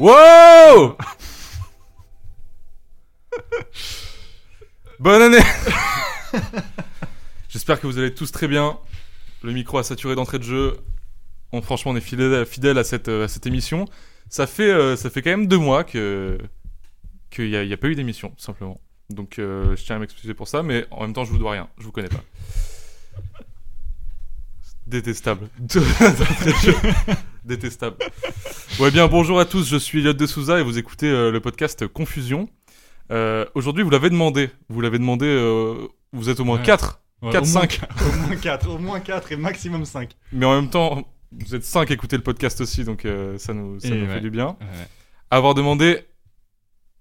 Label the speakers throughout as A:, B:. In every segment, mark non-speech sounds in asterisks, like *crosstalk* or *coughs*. A: Wow Bonne année J'espère que vous allez tous très bien. Le micro a saturé d'entrée de jeu. On, franchement, on est fidèle, fidèle à, cette, euh, à cette émission. Ça fait, euh, ça fait quand même deux mois que qu'il n'y a, il y a pas eu d'émission, tout simplement. Donc euh, je tiens à m'excuser pour ça, mais en même temps, je vous dois rien. Je vous connais pas. Détestable. *laughs* Détestable. Ouais, bien, bonjour à tous. Je suis Elliot de Souza et vous écoutez euh, le podcast Confusion. Euh, Aujourd'hui, vous l'avez demandé. Vous l'avez demandé. euh, vous êtes au moins
B: Ouais.
A: 4. 4, 5.
B: Au moins 4, au moins 4 et maximum 5.
A: *laughs* Mais en même temps, vous êtes 5 à écouter le podcast aussi, donc euh, ça nous, ça
B: Et
A: nous
B: ouais.
A: fait du bien. Avoir demandé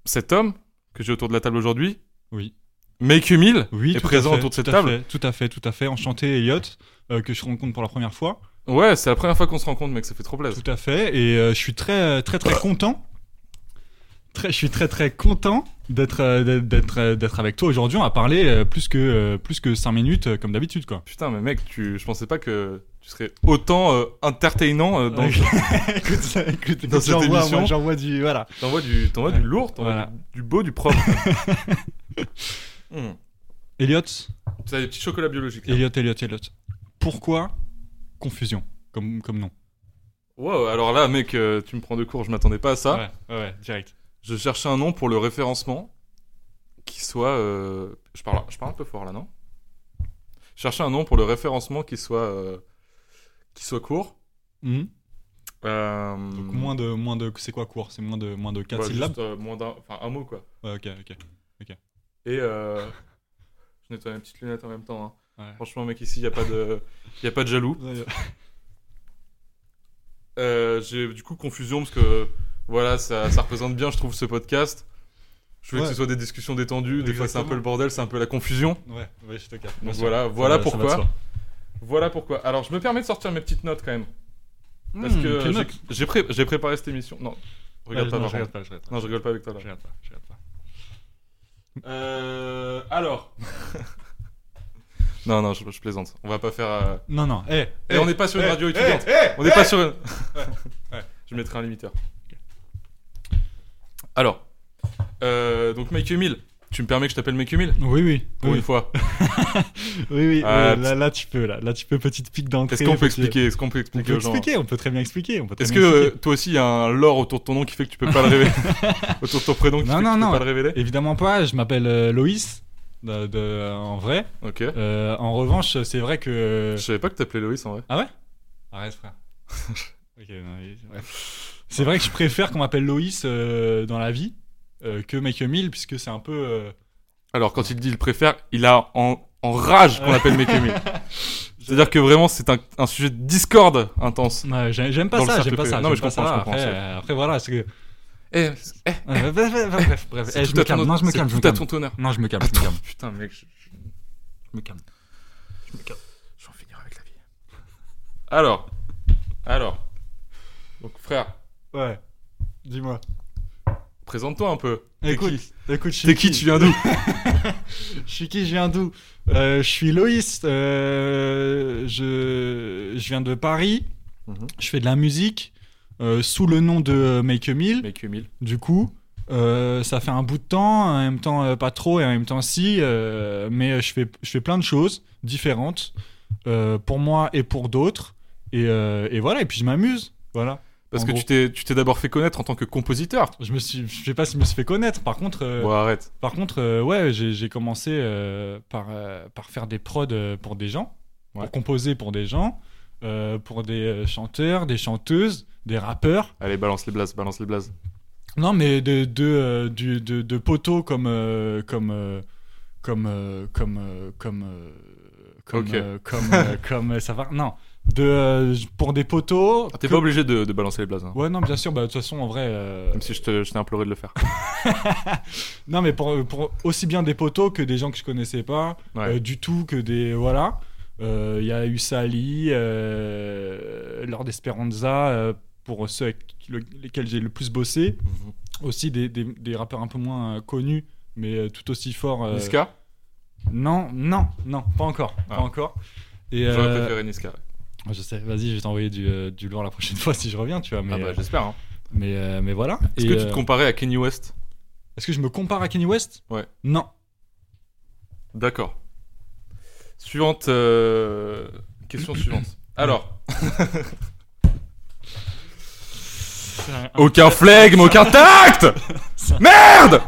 A: cet homme que j'ai autour de la table aujourd'hui,
B: Oui.
A: Make You 1000,
B: Oui,
A: est
B: tout à
A: présent
B: fait,
A: autour de cette
B: tout à
A: table.
B: fait, tout à fait, tout à fait. Enchanté, Elliot, euh, que je rencontre pour la première fois.
A: Ouais, c'est la première fois qu'on se rencontre, mec, ça fait trop plaisir.
B: Tout à fait. Et euh, je suis très, euh, très, très content. Très, je suis très, très content d'être, euh, d'être, d'être, euh, d'être avec toi aujourd'hui. On va parler euh, plus que, euh, plus que 5 minutes, euh, comme d'habitude, quoi.
A: Putain, mais mec, tu, je pensais pas que tu serais autant euh, entertainant euh, dans,
B: écoute, ça- *laughs*
A: Dans
B: écoute, écoute,
A: cette
B: j'envoie,
A: émission.
B: moi, j'envoie du, voilà.
A: T'envoies du, t'envoies
B: Ouais.
A: du lourd, t'envoies
B: Voilà.
A: du, du beau, du
B: *laughs*
A: propre. Hmm.
B: Elliot,
A: Ça a des petits chocolats biologiques. hein. là.
B: Elliot, Elliot, Elliot. Pourquoi confusion comme, comme nom
A: Wow, alors là, mec, euh, tu me prends de court, je m'attendais pas à ça.
B: ouais, ouais, direct.
A: Je cherchais un nom pour le référencement qui soit. euh, Je, parle, je parle un peu fort là, non Je cherchais un nom pour le référencement qui soit, euh, qui soit court.
B: Mhm.
A: Euh,
B: Donc moins de moins de c'est quoi court C'est moins de moins de 4
A: ouais,
B: syllabes.
A: juste, euh, moins d'un, enfin un mot quoi.
B: Ouais, OK, OK.
A: Et euh,
B: *laughs*
A: je nettoie mes petites lunettes en même temps. hein.
B: Ouais.
A: Franchement, mec, ici, il n'y a, pas de- y a pas de jaloux. Euh, J'ai du coup confusion parce que voilà, ça, ça représente bien, je trouve, ce podcast. Je voulais
B: Ouais.
A: que ce soit des discussions détendues. Des fois, c'est un peu
B: Exactement.
A: le bordel, c'est un peu la confusion.
B: Ouais, ouais, je te capte.
A: Donc voilà, voilà pourquoi. Voilà pourquoi. Alors, je me permets de sortir mes petites notes quand même.
B: Hmm,
A: Parce que j'ai- j'ai pré- j'ai préparé cette émission. Non, regarde pas, par
B: je
A: contre.
B: regarde pas, je regarde pas.
A: Non, je rigole pas avec toi là.
B: Je regarde pas, je regarde pas.
A: Euh,
B: *laughs*
A: alors. non, non, je, je plaisante. On va pas faire. euh,
B: Non non, eh,
A: Et on n'est pas sur une radio étudiante. On n'est pas sur une. *laughs* Je mettrai un limiteur. Alors, euh, donc Make You 1000. Tu me permets que je t'appelle Make You 1000
B: Oui oui,
A: pour
B: oui
A: une
B: *laughs*
A: fois.
B: oui, oui,
A: Ah,
B: là, là tu peux là, là tu peux petite pique d'entrée.
A: Est-ce qu'on peut
B: petit-
A: expliquer Est-ce qu'on peut
B: On
A: expliquer
B: peut
A: aux gens
B: expliquer, on peut très bien expliquer, on peut très
A: Est-ce que
B: bien
A: euh,
B: expliquer.
A: toi aussi il y a un lore autour de ton nom qui fait que tu peux pas le
B: *laughs*
A: révéler Autour de ton prénom qui
B: Non,
A: fait
B: non,
A: que tu
B: non.
A: peux pas le révéler
B: évidemment pas, je m'appelle euh, Loïs de- de- en vrai.
A: Ok.
B: Euh, en revanche, c'est vrai que
A: Je savais pas que t'appelais Loïs en vrai.
B: Arrête, frère. *laughs* ok, non, il- bref. C'est vrai que je préfère qu'on m'appelle Loïs euh, dans la vie euh, que Make a Meal, puisque c'est un peu. euh,
A: Alors quand il dit il préfère, il a en, en rage qu'on appelle Make You
B: *laughs*
A: 1000. C'est-à-dire que vraiment c'est un, un sujet de discorde intense.
B: ouais, j'ai- j'aime pas
A: Dans le
B: ça,
A: cercle
B: j'aime pas
A: privé.
B: ça.
A: Non, mais je
B: j'aime pas
A: comprends,
B: ça.
A: je comprends,
B: Après,
A: c'est-
B: euh, après, voilà, c'est que. *laughs*
A: Eh, eh,
B: Euh, bref, bref, bref, bref.
A: c'est
B: Eh,
A: tout
B: je me
A: à ton
B: calme,
A: honneur.
B: non, je me
A: C'est
B: calme, je me
A: Tout à
B: calme.
A: ton honneur.
B: Non, je me calme, je me calme.
A: Putain mec, je,
B: Je me calme. Je me calme.
A: je vais en finir avec la vie. Alors, alors, donc frère,
B: *laughs* Ouais. Dis-moi.
A: présente-toi un peu. T'es
B: Écoute,
A: qui
B: écoute, je suis
A: T'es qui Tu viens d'où
B: *laughs* Je suis qui Je viens d'où Euh, Je suis Loïs. euh, je, je viens de Paris.
A: Mhm.
B: Je fais de la musique euh, sous le nom de euh, Make a Meal.
A: Make You 1000.
B: Du coup, euh, ça fait un bout de temps, en même temps euh, pas trop et en même temps si. euh, mais je fais, je fais plein de choses différentes euh, pour moi et pour d'autres. Et, euh, et voilà, et puis je m'amuse. Voilà.
A: Parce
B: En
A: que
B: gros.
A: tu t'es tu t'es d'abord fait connaître en tant que compositeur.
B: Je me suis, je sais pas si je me suis fait connaître. Par contre, euh,
A: Bon arrête.
B: par contre, euh, ouais, j'ai j'ai commencé euh, par, euh, par faire des prods euh, pour des gens,
A: Ouais.
B: pour composer pour des gens, euh, pour des euh, chanteurs, des chanteuses, des rappeurs.
A: Allez, balance les blazes, balance les blazes.
B: Non, mais de, de, euh, du- de, de poteaux comme. euh, comme. euh, comme. euh, comme. euh, comme. euh, comme.
A: Ok.
B: euh, comme.
A: *laughs*
B: euh, comme, euh, ça va Non. De, euh, pour des poteaux.
A: Ah, T'es
B: que-
A: pas obligé de, de balancer les blazes. hein.
B: Ouais, non, bien sûr, bah, de toute façon, en vrai. euh,
A: Même si je te- je t'ai imploré de le faire.
B: Non, mais pour, pour aussi bien des poteaux que des gens que je connaissais pas.
A: Ouais.
B: euh, du tout que des voilà. Euh, Il y a eu Sally, euh, Lord Esperanza euh, pour ceux avec le- lesquels j'ai le plus bossé.
A: Mhm.
B: Aussi des, des- des rappeurs un peu moins euh, connus, mais euh, tout aussi forts. euh,
A: Niska
B: Non, non, non, pas encore,
A: Ah.
B: pas encore. Et
A: J'aurais
B: euh,
A: préféré Niska. Ah
B: Ah, je sais, vas-y, je vais t'envoyer du, euh, du lourd la prochaine *laughs* fois si je reviens, tu vois. Mais,
A: ah bah
B: euh,
A: j'espère. Hein.
B: Mais, euh, mais voilà.
A: Est-ce
B: Et,
A: que tu
B: euh,
A: te comparais à Kenny West
B: est-ce que je me compare à Kanye West
A: Ouais.
B: Non.
A: D'accord. Suivante. euh, Question suivante. Alors. Aucun flegme, aucun tact Merde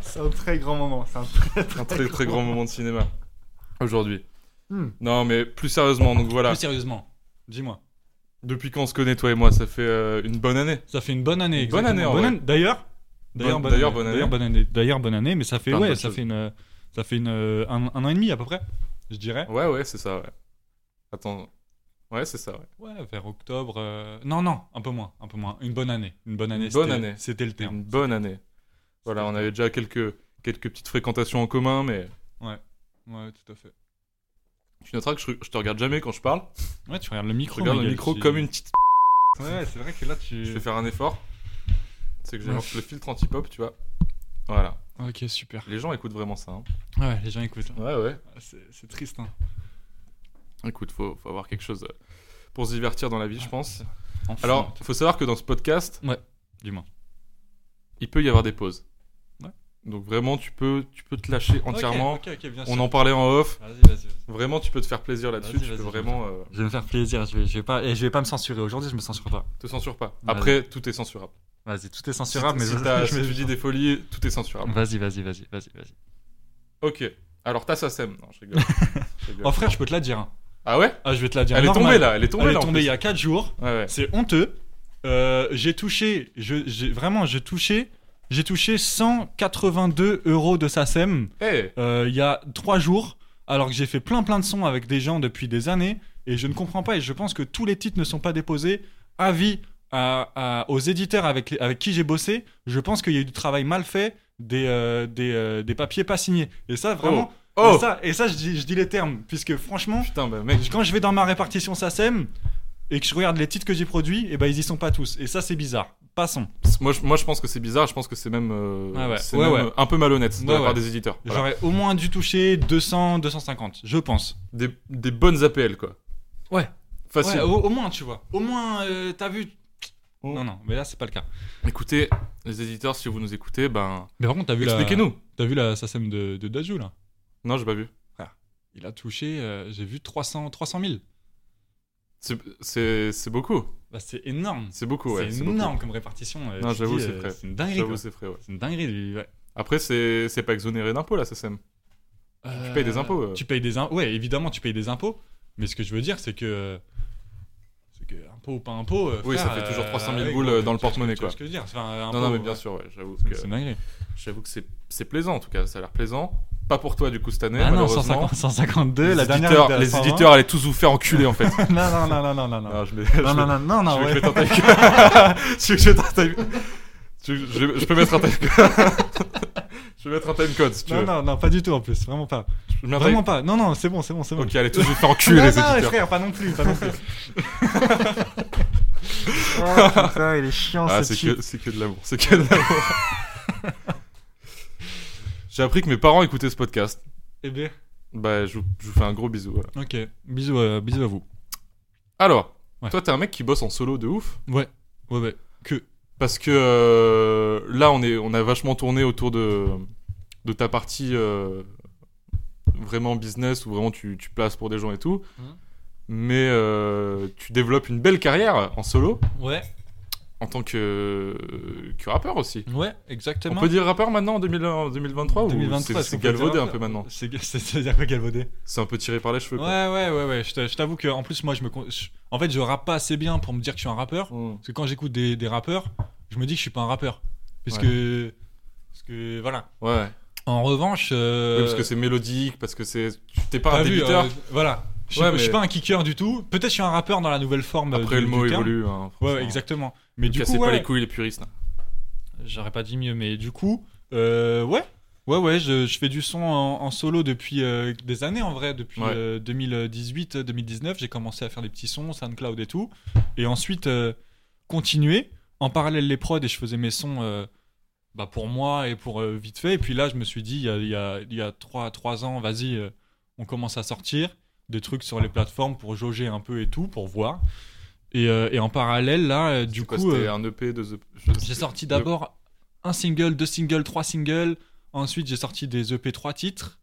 B: C'est un très grand moment. C'est un très,
A: Un très très grand moment de cinéma. Aujourd'hui.
B: Hmm.
A: Non, mais plus sérieusement, donc voilà.
B: Plus sérieusement, dis-moi.
A: *coughs* Depuis quand on se connaît, toi et moi Ça fait euh, une bonne année.
B: Ça fait une bonne année.
A: Une bonne année,
B: exactement.
A: en vrai.
B: D'ailleurs, d'ailleurs,
A: Bonne-
B: bonne,
A: d'ailleurs,
B: année.
A: bonne année.
B: D'ailleurs, bonne année. D'ailleurs, bonne année, Mais ça fait
A: Plein de
B: ouais,
A: bonnes
B: ça
A: choses.
B: fait une, ça fait une euh, un, un an et demi à peu près, je dirais.
A: Ouais, ouais, c'est ça, ouais. Attends. Ouais, c'est ça, ouais.
B: Ouais, vers octobre. euh, Non, non, un peu moins, un peu moins. Une bonne année, une bonne année.
A: Une bonne
B: c'était-
A: année.
B: C'était le
A: C'était
B: terme.
A: une bonne année. Voilà, on avait déjà quelques, quelques petites fréquentations en commun, mais
B: Ouais, tout à fait.
A: tu noteras que je, je te regarde jamais quand je parle.
B: Ouais, tu regardes le
A: Je
B: micro.
A: regarde le
B: Miguel,
A: micro
B: tu-
A: comme une petite.
B: Ouais, c'est vrai que là tu.
A: Je vais faire un effort. C'est que j'ai
B: Ouais.
A: lancé le filtre anti-pop, tu vois. Voilà.
B: Ok, super.
A: Les gens écoutent vraiment ça. hein.
B: Ouais, les gens écoutent. Ah,
A: Ouais, ouais.
B: C'est c'est triste. Hein.
A: Écoute, faut, faut avoir quelque chose euh, pour se divertir dans la vie, je pense.
B: Enfin,
A: Alors, faut savoir que dans ce podcast,
B: dis-moi.
A: il peut y avoir des pauses.
B: Ouais.
A: Donc vraiment, tu peux, tu peux te lâcher entièrement.
B: Ok, ok, ok, bien
A: On
B: sûr.
A: en parlait en off.
B: Vas-y, vas-y. vas-y.
A: Vraiment, tu peux te faire plaisir là-dessus.
B: Vas-y,
A: Tu peux
B: vas-y,
A: vraiment. euh,
C: Je vais me faire plaisir, je vais, je vais pas, et je vais pas me censurer. Aujourd'hui, je me censure pas.
A: te censure pas.
C: Vas-y.
A: Après, tout est censurable.
C: Vas-y, tout est censurable,
A: si,
C: mais
A: si
C: je- *laughs*
A: t'as-
C: je me
A: si tu dis des folies, tout est censurable.
C: Vas-y, vas-y, vas-y, vas-y, vas-y.
A: Ok. Alors, t'as sa sème. Non, je rigole. Je rigole.
B: Oh frère, je peux te la dire. hein.
A: Ah ouais
B: Ah, je vais te la dire.
A: Elle est
B: normal.
A: tombée là. Elle est tombée
B: Elle est
A: là. en
B: tombée il
A: plus.
B: y a 4 jours.
A: Ouais, ouais.
B: C'est honteux. Euh, j'ai touché, je, j'ai- vraiment, j'ai touché, j'ai touché 182 euros de SACEM
A: Hey,
B: euh, il y a 3 jours, alors que j'ai fait plein plein de sons avec des gens depuis des années, et je ne comprends pas, et je pense que tous les titres ne sont pas déposés. Avis à, à- aux éditeurs avec, les- avec qui j'ai bossé, je pense qu'il y a eu du travail mal fait, des, euh, des, euh, des papiers pas signés. Et ça, vraiment,
A: Oh
B: et ça, et ça je, dis, je dis les termes, puisque franchement,
A: Putain, bah mec.
B: quand je vais dans ma répartition SACEM E et que je regarde les titres que j'ai produits, et ben ils y sont pas tous. Et ça c'est bizarre. Passons.
A: Moi, je, moi, je pense que c'est bizarre. Je pense que c'est même, euh,
B: Ah ouais.
A: c'est
B: Ouais,
A: même,
B: ouais.
A: euh, un peu malhonnête de
B: Ouais,
A: la part
B: ouais.
A: des éditeurs. Voilà.
B: J'aurais au moins dû toucher 200, 250, je pense.
A: Des, des bonnes APL, quoi.
B: Ouais.
A: Facile.
B: Ouais, ah au, au moins, tu vois. Au moins, euh, t'as vu.
A: Oh.
B: Non, non, mais là c'est pas le cas.
A: Écoutez, les éditeurs, si vous nous écoutez, ben.
B: Mais par contre, t'as vu la.
A: Expliquez-nous.
B: T'as vu la SACEM de, de Dajou là
A: Non, j'ai pas vu.
B: Il a touché, euh, j'ai vu 300, 300 000.
A: C'est- C'est c'est beaucoup.
B: Bah, c'est énorme.
A: C'est beaucoup, ouais.
B: c'est
A: beaucoup.
B: énorme comme répartition. euh,
A: Non,
B: tu te
A: j'avoue,
B: dis,
A: c'est
B: euh,
A: vrai.
B: C'est une dinguerie.
A: J'avoue,
B: quoi.
A: c'est frais, ouais.
B: C'est une dinguerie. lui, ouais.
A: Après, c'est c'est pas exonéré d'impôts, la SSM.
B: Euh,
A: payes des impôts, euh.
B: Tu payes des impôts. Ouais, évidemment, tu payes des impôts. Mais ce que je veux dire, c'est que. C'est que impôt ou pas impôt. euh,
A: Oui, ça
B: frère,
A: fait toujours
B: euh,
A: 300 000
B: ouais,
A: boules,
B: gros,
A: euh,
B: tu
A: dans le
B: vois ce que-
A: porte-monnaie,
B: tu vois
A: quoi.
B: ce que je veux dire. C'est un
A: Non,
B: impôt,
A: non, mais
B: ouais.
A: bien sûr, ouais. J'avoue
B: C'est-
A: que,
B: C'est une dinguerie.
A: j'avoue que c'est c'est plaisant, en tout cas. Ça a l'air plaisant. Pas pour toi, du coup, cette année,
C: Ah non,
A: malheureusement.
C: 150, 152,
A: les
C: la dernière.
A: éditeurs,
C: était à
A: les
C: 120.
A: éditeurs allaient tous vous faire enculer, en fait.
C: *laughs* Non, non, non, non, non, non, non.
A: hein. *laughs* Non, je vais-
C: Non,
A: je
C: non,
A: vais-
C: non, non, non,
A: tu veux que
C: ouais.
A: je mette un timecode Tu veux que *laughs* je mette un time- Tu veux que je- Je peux mettre un timecode *laughs* Je vais mettre un timecode, si tu
C: Non,
A: veux.
C: non, non, pas du tout en plus, vraiment pas.
A: Je mets un
C: Vraiment pas. Non, non, c'est bon, c'est bon, c'est
A: time-
C: bon.
A: Ok, allez tous vous faire enculer,
C: non,
A: les
C: non,
A: éditeurs.
C: frère, pas non plus, pas non plus. *laughs* oh putain, il est chiant
A: Ah,
C: ce
A: c'est
C: type.
A: que, c'est que de l'amour. C'est que de l'amour. *laughs* J'ai appris que mes parents écoutaient ce podcast.
B: Eh bien.
A: Bah, je vous, je vous fais un gros bisou. voilà.
B: Ok. Bisous, euh, bisous à vous.
A: Alors,
B: Ouais.
A: toi, t'es un mec qui bosse en solo de ouf.
B: Ouais. Ouais, ouais. Que.
A: Parce que euh, là, on, est, on a vachement tourné autour de, de ta partie euh, vraiment business où vraiment tu, tu places pour des gens et tout.
B: Mhm.
A: Mais euh, tu développes une belle carrière en solo
B: Ouais.
A: en tant que, que rappeur aussi.
B: Ouais, exactement.
A: On peut dire rappeur maintenant en, 2000 en 2023 ou c'est-
B: est-ce
A: c'est
B: qu'on peut
A: galvaudé
B: dire-
A: un peu maintenant
B: C'est- *laughs* c'est- C'est-à-dire quoi, galvaudé
A: C'est un peu tiré par les cheveux.
B: Ouais,
A: quoi.
B: ouais, ouais, ouais. Je t'a- je t'avoue que, en plus, moi, je me. con- je- En fait, je rappe pas assez bien pour me dire que je suis un rappeur.
A: Mm.
B: Parce que quand j'écoute des, des rappeurs, je me dis que je suis pas un rappeur. Parce
A: Ouais.
B: que. Parce que voilà.
A: Ouais.
B: En revanche. euh,
A: Oui, parce que c'est mélodique, parce que c'est. tu- T'es pas
B: t'as
A: un
B: vu,
A: débiteur.
B: euh, voilà. Je suis,
A: Ouais,
B: je suis
A: mais-
B: pas un kicker du tout. Peut-être je suis un rappeur dans la nouvelle forme. euh,
A: Après,
B: du-
A: le mot
B: du terme.
A: évolue. hein,
B: Ouais,
A: franchement.
B: ouais, exactement. Mais
A: Ne
B: du
A: cassez
B: coup,
A: pas
B: ouais,
A: les couilles, les puristes. là.
B: j'aurais pas dit mieux, mais du coup, euh, ouais. Ouais, ouais, je, je fais du son en, en solo depuis euh, des années en vrai, depuis euh,
A: Ouais.
B: 2018-2019. J'ai commencé à faire des petits sons, SoundCloud et tout. Et ensuite, euh, continuer en parallèle les prods et je faisais mes sons euh, bah, pour moi et pour euh, vite fait. Et puis là, je me suis dit, il y a, il y a, il y a 3, ans, vas-y, euh, on commence à sortir des trucs sur les plateformes pour jauger un peu et tout, pour voir. Et, euh, et en parallèle, là, euh, du
A: C'est quoi,
B: coup,
A: c'était
B: euh,
A: un EP de The. je-
B: j'ai sorti d'abord un single, deux singles, trois singles. Ensuite, j'ai sorti des EP trois titres.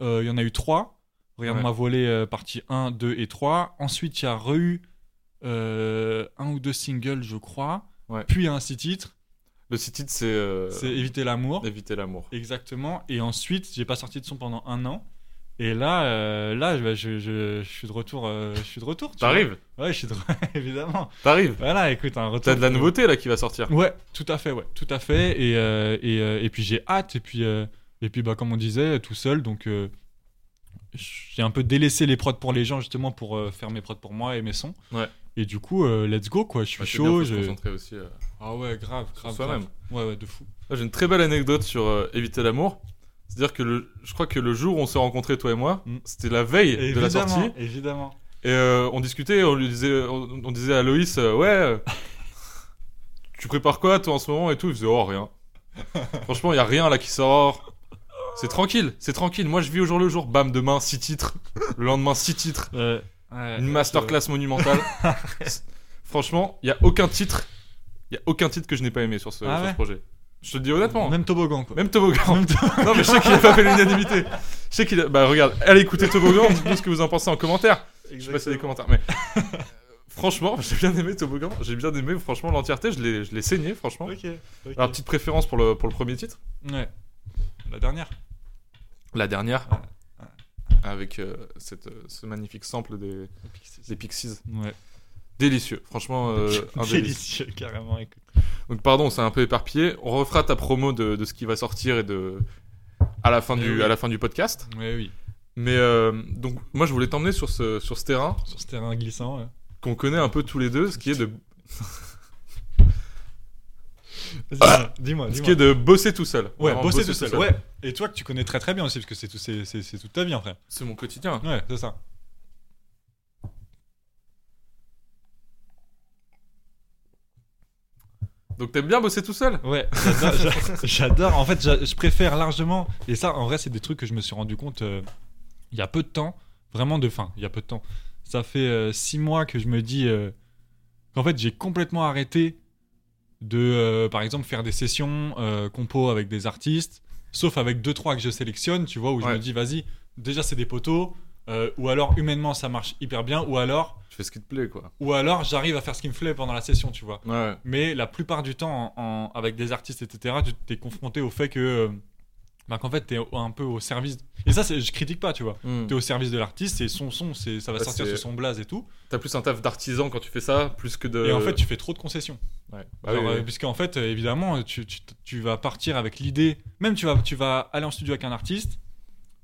B: Euh, Il y en a eu trois. Regarde
A: Ouais.
B: m'a volé euh, partie 1, 2 et 3. Ensuite, il y a re-eu euh, un ou deux singles, je crois.
A: Ouais.
B: Puis un six titres.
A: Le site titre, c'est. euh,
B: C'est Éviter l'amour.
A: Éviter l'amour.
B: Exactement. Et ensuite, j'ai pas sorti de son pendant un an. Et là, euh, là, je, je- je- je suis de retour. euh, je suis de retour. tu
A: T'arrives,
B: vois. Ouais, je suis de *laughs* évidemment.
A: t'arrives.
B: Voilà, écoute, un retour.
A: T'as de la nouveauté là qui va sortir.
B: Ouais, tout à fait, ouais, tout à fait. Et, euh, et, euh, et puis j'ai hâte. Et puis, euh, et puis bah, comme on disait, tout seul. Donc, euh, j'ai un peu délaissé les prods pour les gens justement pour euh, faire mes prods pour moi et mes sons.
A: Ouais.
B: Et du coup, euh, let's go quoi. Je suis
A: Bah, c'est bien,
B: chaud.
A: faut se
B: je-
A: concentrer aussi. euh.
B: Ah ouais, grave, grave.
A: soi-même.
B: grave. Ouais, ouais, de fou.
A: Moi, J'ai une très belle anecdote sur euh, Éviter l'amour. C'est-à-dire que le- je crois que le jour où on s'est rencontrés, toi et moi,
B: Mm.
A: c'était la veille de la sortie.
B: évidemment.
A: Et euh, on discutait, on lui disait, on, on disait à Loïs, euh, ouais,
B: *laughs*
A: euh, tu prépares quoi toi en ce moment et tout. Il faisait, oh
B: *laughs*
A: rien. Franchement, il y a rien là qui sort. C'est tranquille, c'est tranquille. Moi, je vis au jour le jour. Bam, demain, 6 titres. Le lendemain, 6 titres. Euh, Une masterclass
B: *laughs*
A: monumentale. C'est- Franchement, il y a aucun titre, il y a aucun titre que je n'ai pas aimé sur ce,
B: Ah
A: sur ce
B: ouais
A: projet. Je te le dis honnêtement. Même,
B: Même toboggan quoi.
A: Toboggan.
B: *laughs* Même
A: Non, mais je sais qu'il n'a pas fait l'unanimité. Je sais qu'il a... Bah, regarde, allez écouter Toboggan, dites-nous ce que vous en pensez en commentaire. Je sais pas si des commentaires, mais. *laughs* euh, Franchement, j'ai bien aimé Toboggan, j'ai bien aimé franchement l'entièreté, je l'ai, je l'ai saigné franchement. Alors, petite préférence pour le, pour le premier titre,
B: Ouais. La dernière.
A: la dernière,
B: Ouais, ouais,
A: avec euh, cette, euh, ce magnifique sample des, des Pixies.
B: Ouais.
A: Délicieux, franchement, euh, un délice.
B: *laughs* Délicieux, carrément. Écoute.
A: Donc pardon, c'est un peu éparpillé. On refera ta promo de, de ce qui va sortir et de à la fin
B: Eh
A: du
B: oui.
A: à la fin du podcast.
B: Ouais, oui.
A: Mais euh, donc moi je voulais t'emmener sur ce sur ce terrain
B: Sur ce terrain glissant. ouais.
A: qu'on connaît un peu tous les deux, ce qui est de
B: Vas-y,
A: Ah
B: dis-moi, dis-moi.
A: ce qui est de bosser tout seul.
B: Ouais,
A: Vraiment,
B: bosser, tout seul. Ouais. Et toi que tu connais très très bien aussi parce que c'est tout, c'est, c'est, c'est toute ta vie en vrai.
A: C'est mon quotidien.
B: Ouais, c'est ça.
A: Donc t'aimes bien bosser tout seul
B: Ouais. J'adore. j'a- *laughs* j'adore. En fait, j'a- je préfère largement. Et ça, en vrai, c'est des trucs que je me suis rendu compte euh, il y a peu de temps. Vraiment de fin. Il y a peu de temps. Ça fait euh, six mois que je me dis euh, qu'en fait j'ai complètement arrêté de, euh, par exemple, faire des sessions euh, compos avec des artistes, sauf avec deux trois que je sélectionne. Tu vois où je
A: Ouais.
B: me dis vas-y. Déjà c'est des poteaux. euh, ou alors humainement ça marche hyper bien. Ou alors
A: Tu fais ce qui te plaît quoi.
B: Ou alors j'arrive à faire ce qui me plaît pendant la session, tu vois.
A: Ouais.
B: Mais la plupart du temps, en- en- avec des artistes, etc., tu t'es confronté au fait que. euh, bah, qu'en fait, t'es au- un peu au service. Et ça, c'est- je critique pas, tu vois.
A: Mm.
B: T'es au service de l'artiste, c'est son son, c'est, ça va
A: Ouais,
B: sortir
A: c'est-
B: sur son blaze et tout.
A: T'as plus un taf d'artisan quand tu fais ça, plus que de.
B: Et en fait, tu fais trop de concessions.
A: Ouais. Bah
B: Genre,
A: oui,
B: euh,
A: oui.
B: Puisqu'en fait, euh, évidemment, tu, tu- tu vas partir avec l'idée. Même tu vas, tu vas aller en studio avec un artiste,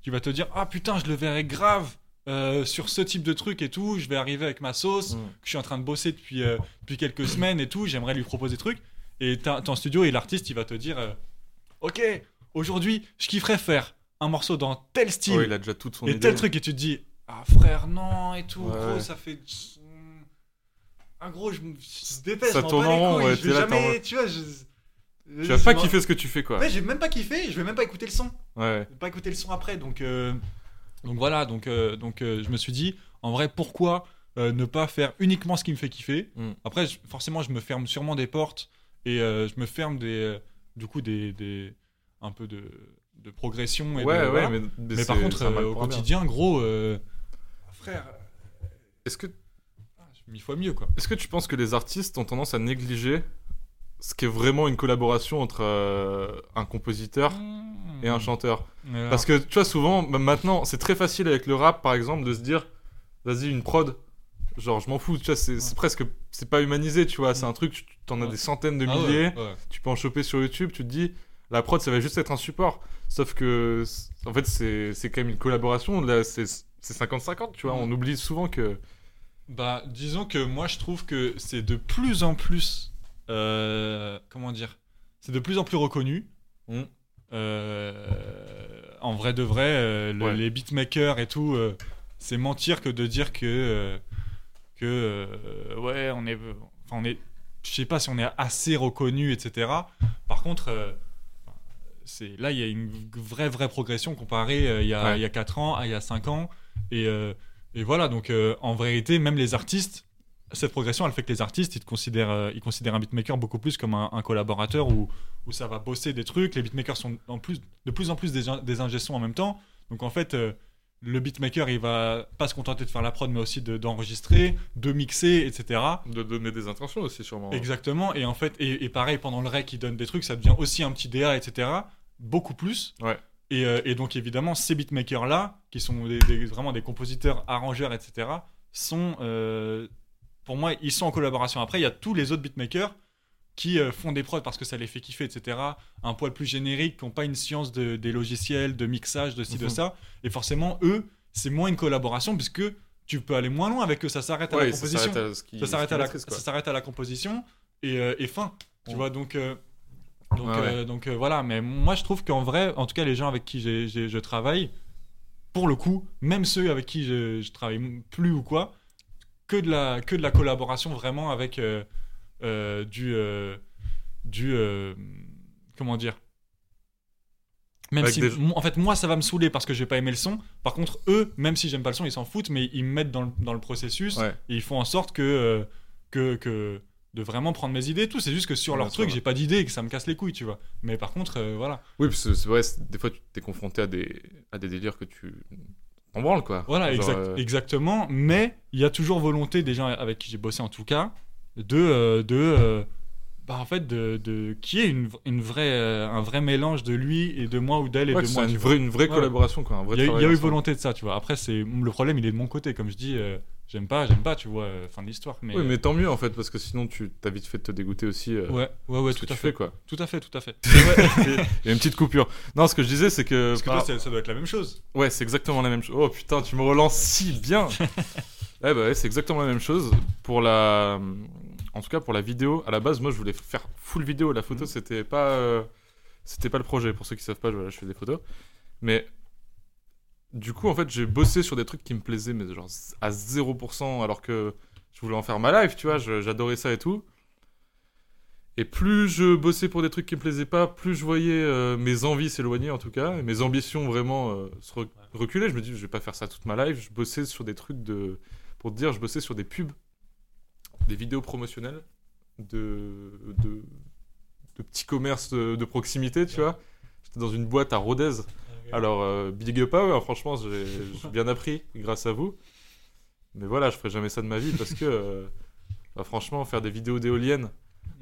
B: tu vas te dire Ah putain, je le verrai grave euh, sur ce type de truc et tout, je vais arriver avec ma sauce.
A: Mm.
B: que je suis en train de bosser depuis, euh, depuis quelques semaines et tout, j'aimerais lui proposer des trucs. Et t'as- t'es en studio et l'artiste, il va te dire euh, Ok, aujourd'hui, je kifferais faire un morceau dans tel style
A: Ouais, il a déjà toute son
B: et
A: idée.
B: tel truc. Et tu te dis Ah frère, non, et tout,
A: Ouais,
B: gros,
A: ouais.
B: ça fait. Un gros, je, me- je me dépêche,
A: Ça
B: je m'en
A: tourne
B: bats les
A: en rond,
B: couilles,
A: ouais,
B: je
A: t'es
B: vais
A: là, t'es en
B: jamais,
A: mode-
B: tu vois, je.
A: Tu vas pas
B: je-
A: kiffer ce que tu fais quoi.
B: Ouais, j'ai même pas kiffé, je vais même pas écouter le son
A: Ouais.
B: pas écouter le son après. Donc, euh, donc voilà, donc, euh, donc euh, je me suis dit, en vrai, pourquoi euh, ne pas faire uniquement ce qui me fait kiffer
A: Mm.
B: Après, je- forcément, je me ferme sûrement des portes et euh, je me ferme des, euh, du coup des, des- un peu de, de progression. Et
A: Ouais,
B: de-
A: ouais,
B: voilà.
A: mais,
B: mais,
A: c'est-
B: par contre,
A: c'est un mal
B: euh, au
A: pour un bien.
B: quotidien, gros, euh, frère,
A: Est-ce que
B: euh, mille fois mieux quoi.
A: Est-ce que tu penses que les artistes ont tendance à négliger ce qu'est vraiment une collaboration entre euh, un compositeur et
B: Mmh.
A: un chanteur
B: Voilà.
A: Parce que tu vois, souvent, même maintenant, c'est très facile avec le rap, par exemple, de se dire, vas-y, une prod, genre, je m'en fous, tu vois, c'est c'est presque, c'est pas humanisé, tu vois, c'est un truc, tu t'en as
B: Ouais.
A: des centaines de
B: Ah ouais,
A: milliers,
B: ouais.
A: tu peux en choper sur YouTube, tu te dis, la prod, ça va juste être un support. Sauf que, c'est- en fait, c'est c'est quand même une collaboration, là, c'est c'est 50-50, tu vois,
B: Ouais.
A: on oublie souvent que.
B: Bah, disons que moi, je trouve que c'est de plus en plus. euh, comment dire C'est de plus en plus reconnu.
A: Mm.
B: Euh, en vrai de vrai, euh, le-
A: Ouais.
B: les beatmakers et tout, euh, c'est mentir que de dire que. euh, que. euh, ouais, on est. Enfin, on est. Je sais pas si on est assez reconnu, etc. Par contre. euh, c'est, là, il y a une vraie, vraie progression comparée euh, il, y a,
A: Ouais.
B: il y a 4 ans à il y a 5 ans. Et, euh, et voilà, donc euh, en vérité, même les artistes, cette progression, elle fait que les artistes, ils, te considèrent, euh, ils considèrent un beatmaker beaucoup plus comme un, un collaborateur où, où ça va bosser des trucs. Les beatmakers sont en plus, de plus en plus des, in- des ingé-sons en même temps. Donc en fait, euh, le beatmaker, il va pas se contenter de faire la prod, mais aussi de- d'enregistrer, de, mixer, etc.
A: De donner des intentions aussi, sûrement.
B: Exactement. Et en fait, et, et pareil, pendant le rec, il donne des trucs, ça devient aussi un petit DA, etc. Beaucoup plus.
A: Ouais.
B: Et, euh, et donc, évidemment, ces beatmakers-là, qui sont des- des- vraiment des compositeurs, arrangeurs, etc., sont, euh, pour moi, ils sont en collaboration. Après, il y a tous les autres beatmakers qui euh, font des prods parce que ça les fait kiffer, etc. Un poil plus générique, qui n'ont pas une science de- des logiciels, de mixage, de ci, de
A: Mhm.
B: ça. Et forcément, eux, c'est moins une collaboration puisque tu peux aller moins loin avec eux. Ça s'arrête à
A: Ouais,
B: la
A: ça
B: composition
A: s'arrête à ce qui-
B: ça s'arrête
A: ce
B: à
A: qui
B: la
A: maîtrise, quoi.
B: ça s'arrête à la composition et, euh, et fin tu
A: Ouais.
B: vois donc euh, donc,
A: Ouais,
B: euh, donc euh, voilà mais moi je trouve qu'en vrai en tout cas les gens avec qui j'ai- j'ai- je travaille pour le coup même ceux avec qui je, je travaille m- plus ou quoi que de la que de la collaboration vraiment avec euh, euh, du euh, du euh, comment dire même
A: Avec
B: si,
A: des-
B: mo- en fait, moi, ça va me saouler parce que j'ai pas aimé le son. Par contre, eux, même si j'aime pas le son, ils s'en foutent, mais ils me mettent dans le, dans le processus.
A: Ouais.
B: Et ils font en sorte que, euh, que, que de vraiment prendre mes idées et tout. C'est juste que sur
A: Bien
B: leur
A: sûr,
B: truc,
A: ouais.
B: j'ai pas d'idée et que ça me casse les couilles, tu vois. Mais par contre, euh, voilà.
A: Oui, parce que c'est vrai, c'est- des fois, tu t'es confronté à des, à des délires que tu t'en branles, quoi.
B: Voilà,
A: Genre,
B: exact-
A: euh,
B: exactement. Mais il y a toujours volonté des gens avec qui j'ai bossé en tout cas de euh, de euh, bah, en fait de, de qui est une, une vraie euh, un vrai mélange de lui et de moi ou d'elle et
A: ouais, que
B: de
A: c'est
B: moi.
A: une
B: tu
A: vraie, une vraie
B: Ouais.
A: collaboration, quoi. un vrai
B: Il y a, eu- il y
A: travail
B: a eu
A: ensemble.
B: volonté de ça, tu vois. Après, c'est le problème, il est de mon côté, comme je dis. euh, j'aime pas, j'aime pas, tu vois. euh, fin de l'histoire. Mais,
A: Oui, mais tant mieux, en fait, parce que sinon, tu t'as vite fait de te dégoûter aussi. euh,
B: ouais, ouais, ouais,
A: ce que
B: tout à
A: tu
B: fait,
A: fais, quoi.
B: tout à fait, tout
A: *laughs*
B: à fait.
A: Il y a une petite coupure. Non, ce que je disais, c'est que.
B: Parce que
A: par-
B: toi, c'est- ça doit être la même chose.
A: Ouais, c'est exactement la même chose. Oh putain, tu me relances si bien. ouais, bah ouais, c'est exactement la même chose pour la en tout cas pour la vidéo. À la base, moi je voulais faire full vidéo, la photo c'était pas euh, c'était pas le projet pour ceux qui savent pas, voilà, je fais des photos. Mais du coup, en fait, j'ai bossé sur des trucs qui me plaisaient mais genre à 0% alors que je voulais en faire ma life, tu vois, je- j'adorais ça et tout. Et plus je bossais pour des trucs qui me plaisaient pas, plus je voyais euh, mes envies s'éloigner en tout cas, et mes ambitions vraiment euh, se re- reculer. Je me dis, je vais pas faire ça toute ma life. Je bossais sur des trucs de. Pour te dire, je bossais sur des pubs, des vidéos promotionnelles de, de, de petits commerces de, de proximité, tu vois. J'étais dans une boîte à Rodez.
B: Ah,
A: Alors, euh, big up à eux, hein, franchement, j'ai j'ai bien appris grâce à vous. Mais voilà, je ferai jamais ça de ma vie parce que, euh, bah, franchement, faire des vidéos d'éoliennes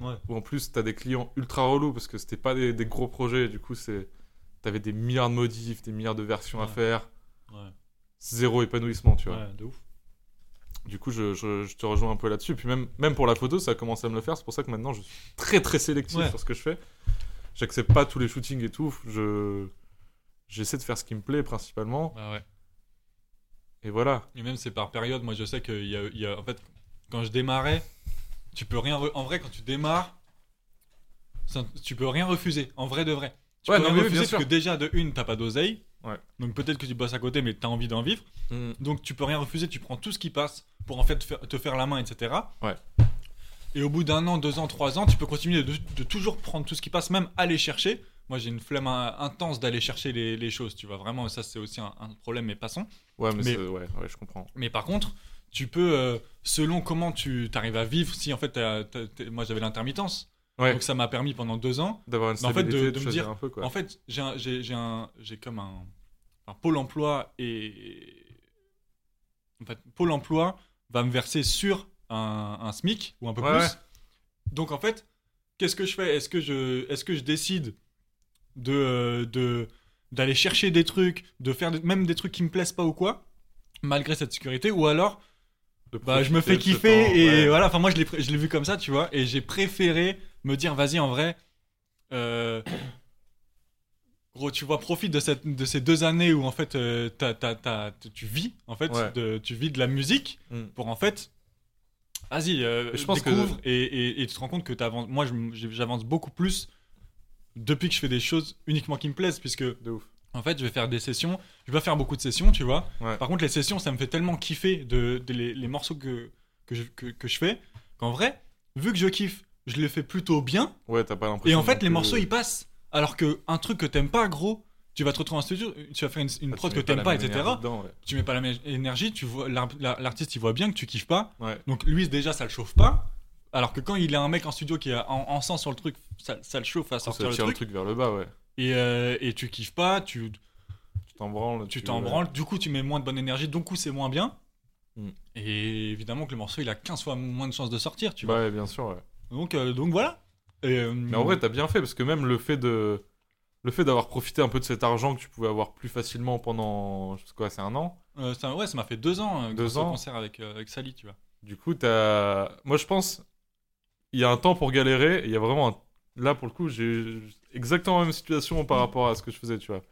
B: Ouais.
A: où en plus t'as des clients ultra relous parce que c'était pas des, des gros projets, du coup, c'est t'avais des milliards de modifs, des milliards de versions à
B: Ouais.
A: faire,
B: Ouais.
A: zéro épanouissement, tu vois.
B: Ouais, de ouf.
A: Du coup, je, je- je te rejoins un peu là-dessus. Puis même, même pour la photo, ça commence à me le faire. C'est pour ça que maintenant, je suis très très sélectif
B: Ouais.
A: sur ce que je fais. J'accepte pas tous les shootings et tout. Je j'essaie de faire ce qui me plaît principalement.
B: Bah ouais.
A: Et voilà.
B: Et même c'est par période. Moi, je sais qu'il y a, il y a- en fait, quand je démarrais, tu peux rien. re- En vrai, quand tu démarres, ça- tu peux rien refuser. En vrai de vrai. Tu
A: Ouais,
B: peux
A: non,
B: rien
A: mais oui,
B: refuser
A: bien
B: parce
A: sûr.
B: que déjà de une, t'as pas d'oseille.
A: Ouais.
B: Donc peut-être que tu bosses à côté, mais t'as envie d'en vivre. Donc tu peux rien refuser. Tu prends tout ce qui passe pour en fait te faire, te faire la main, etc.
A: Ouais.
B: Et au bout d'un an, deux ans, trois ans, tu peux continuer de, de toujours prendre tout ce qui passe, même aller chercher. Moi, j'ai une flemme euh, intense d'aller chercher les, les choses. Tu vois vraiment, ça c'est aussi un- un problème, mais passons.
A: Ouais, mais,
B: Mais-
A: c'est- ouais, ouais, je comprends.
B: Mais par contre, tu peux, euh, selon comment tu arrives à vivre, si en fait, t'as- t'as- t'es- moi j'avais l'intermittence,
A: Ouais.
B: donc ça m'a permis pendant deux ans.
A: D'avoir une
B: Mais en fait, de-
A: stabilité, de,
B: de me
A: choisir
B: dire-
A: un peu quoi.
B: En fait, j'ai un- j'ai j'ai un- j'ai comme un, un pôle emploi et. En fait, pôle emploi va me verser sur un, un SMIC ou un peu
A: Ouais,
B: plus.
A: ouais.
B: Donc en fait, qu'est-ce que je fais Est-ce que je, est-ce que je décide de de- d'aller chercher des trucs, de faire des- même des trucs qui me plaisent pas ou quoi, malgré cette sécurité, ou alors
A: De
B: bah, je me fais
A: profiter de ce
B: kiffer
A: temps,
B: et
A: ouais.
B: voilà. Enfin, moi, je l'ai pré- je l'ai vu comme ça, tu vois. Et j'ai préféré me dire, vas-y, en vrai, euh, gros, tu vois, profite de, cette, de ces deux années où en fait, euh, t'as- t'as- t'as- tu- tu vis, en fait,
A: Ouais.
B: de- tu vis de la musique
A: Mm.
B: pour en fait, vas-y, euh,
A: Et je pense que-
B: découvre et, et- et tu te rends compte que t'avances. Moi, je m- j'avance beaucoup plus depuis que je fais des choses uniquement qui me plaisent, puisque
A: De ouf.
B: en fait, je vais faire des sessions. Je vais pas faire beaucoup de sessions, tu vois.
A: Ouais.
B: Par contre, les sessions, ça me fait tellement kiffer de, de- les, les morceaux que, que, je, que, que je fais qu'en vrai, vu que je kiffe, je les fais plutôt bien.
A: Ouais, t'as pas l'impression.
B: euh, Et en
A: non
B: fait, les
A: plus- euh,
B: morceaux, ils passent. Alors que un truc que t'aimes pas, gros, tu vas te retrouver en studio, tu vas faire une, une
A: Ah,
B: prod
A: tu
B: que
A: mets
B: t'aimes
A: la
B: pas,
A: même
B: etc.
A: énergie dedans, ouais.
B: Tu mets pas la même énergie, tu vois l'ar- la- l'artiste il voit bien que tu kiffes pas.
A: Ouais.
B: Donc lui déjà ça le chauffe pas. Alors que quand il a un mec en studio qui est en, en sang sur le truc, ça, ça le chauffe à
A: Ça
B: sortir
A: tire
B: le
A: le truc.
B: truc.
A: vers le bas, ouais.
B: Et, euh, et tu kiffes pas, tu
A: Tu t'en branles.
B: tu t'en branles, du coup tu mets moins de bonne énergie, donc coup c'est moins bien.
A: Mm.
B: Et évidemment que le morceau il a 15 fois moins de chances de sortir, tu
A: Bah ouais, bien sûr, ouais.
B: vois. Donc, euh, donc voilà. Et, euh,
A: Mais en vrai, t'as bien fait parce que même le fait de le fait d'avoir profité un peu de cet argent que tu pouvais avoir plus facilement pendant je sais quoi, c'est un an.
B: euh, ça, ouais, ça m'a fait deux ans, euh,
A: Deux
B: grâce au
A: ans.
B: concert avec, euh, avec Sally, tu vois.
A: Du coup, t'as moi je pense il y a un temps pour galérer, et il y a vraiment un là pour le coup, j'ai exactement la même situation par rapport à ce que je faisais, tu vois.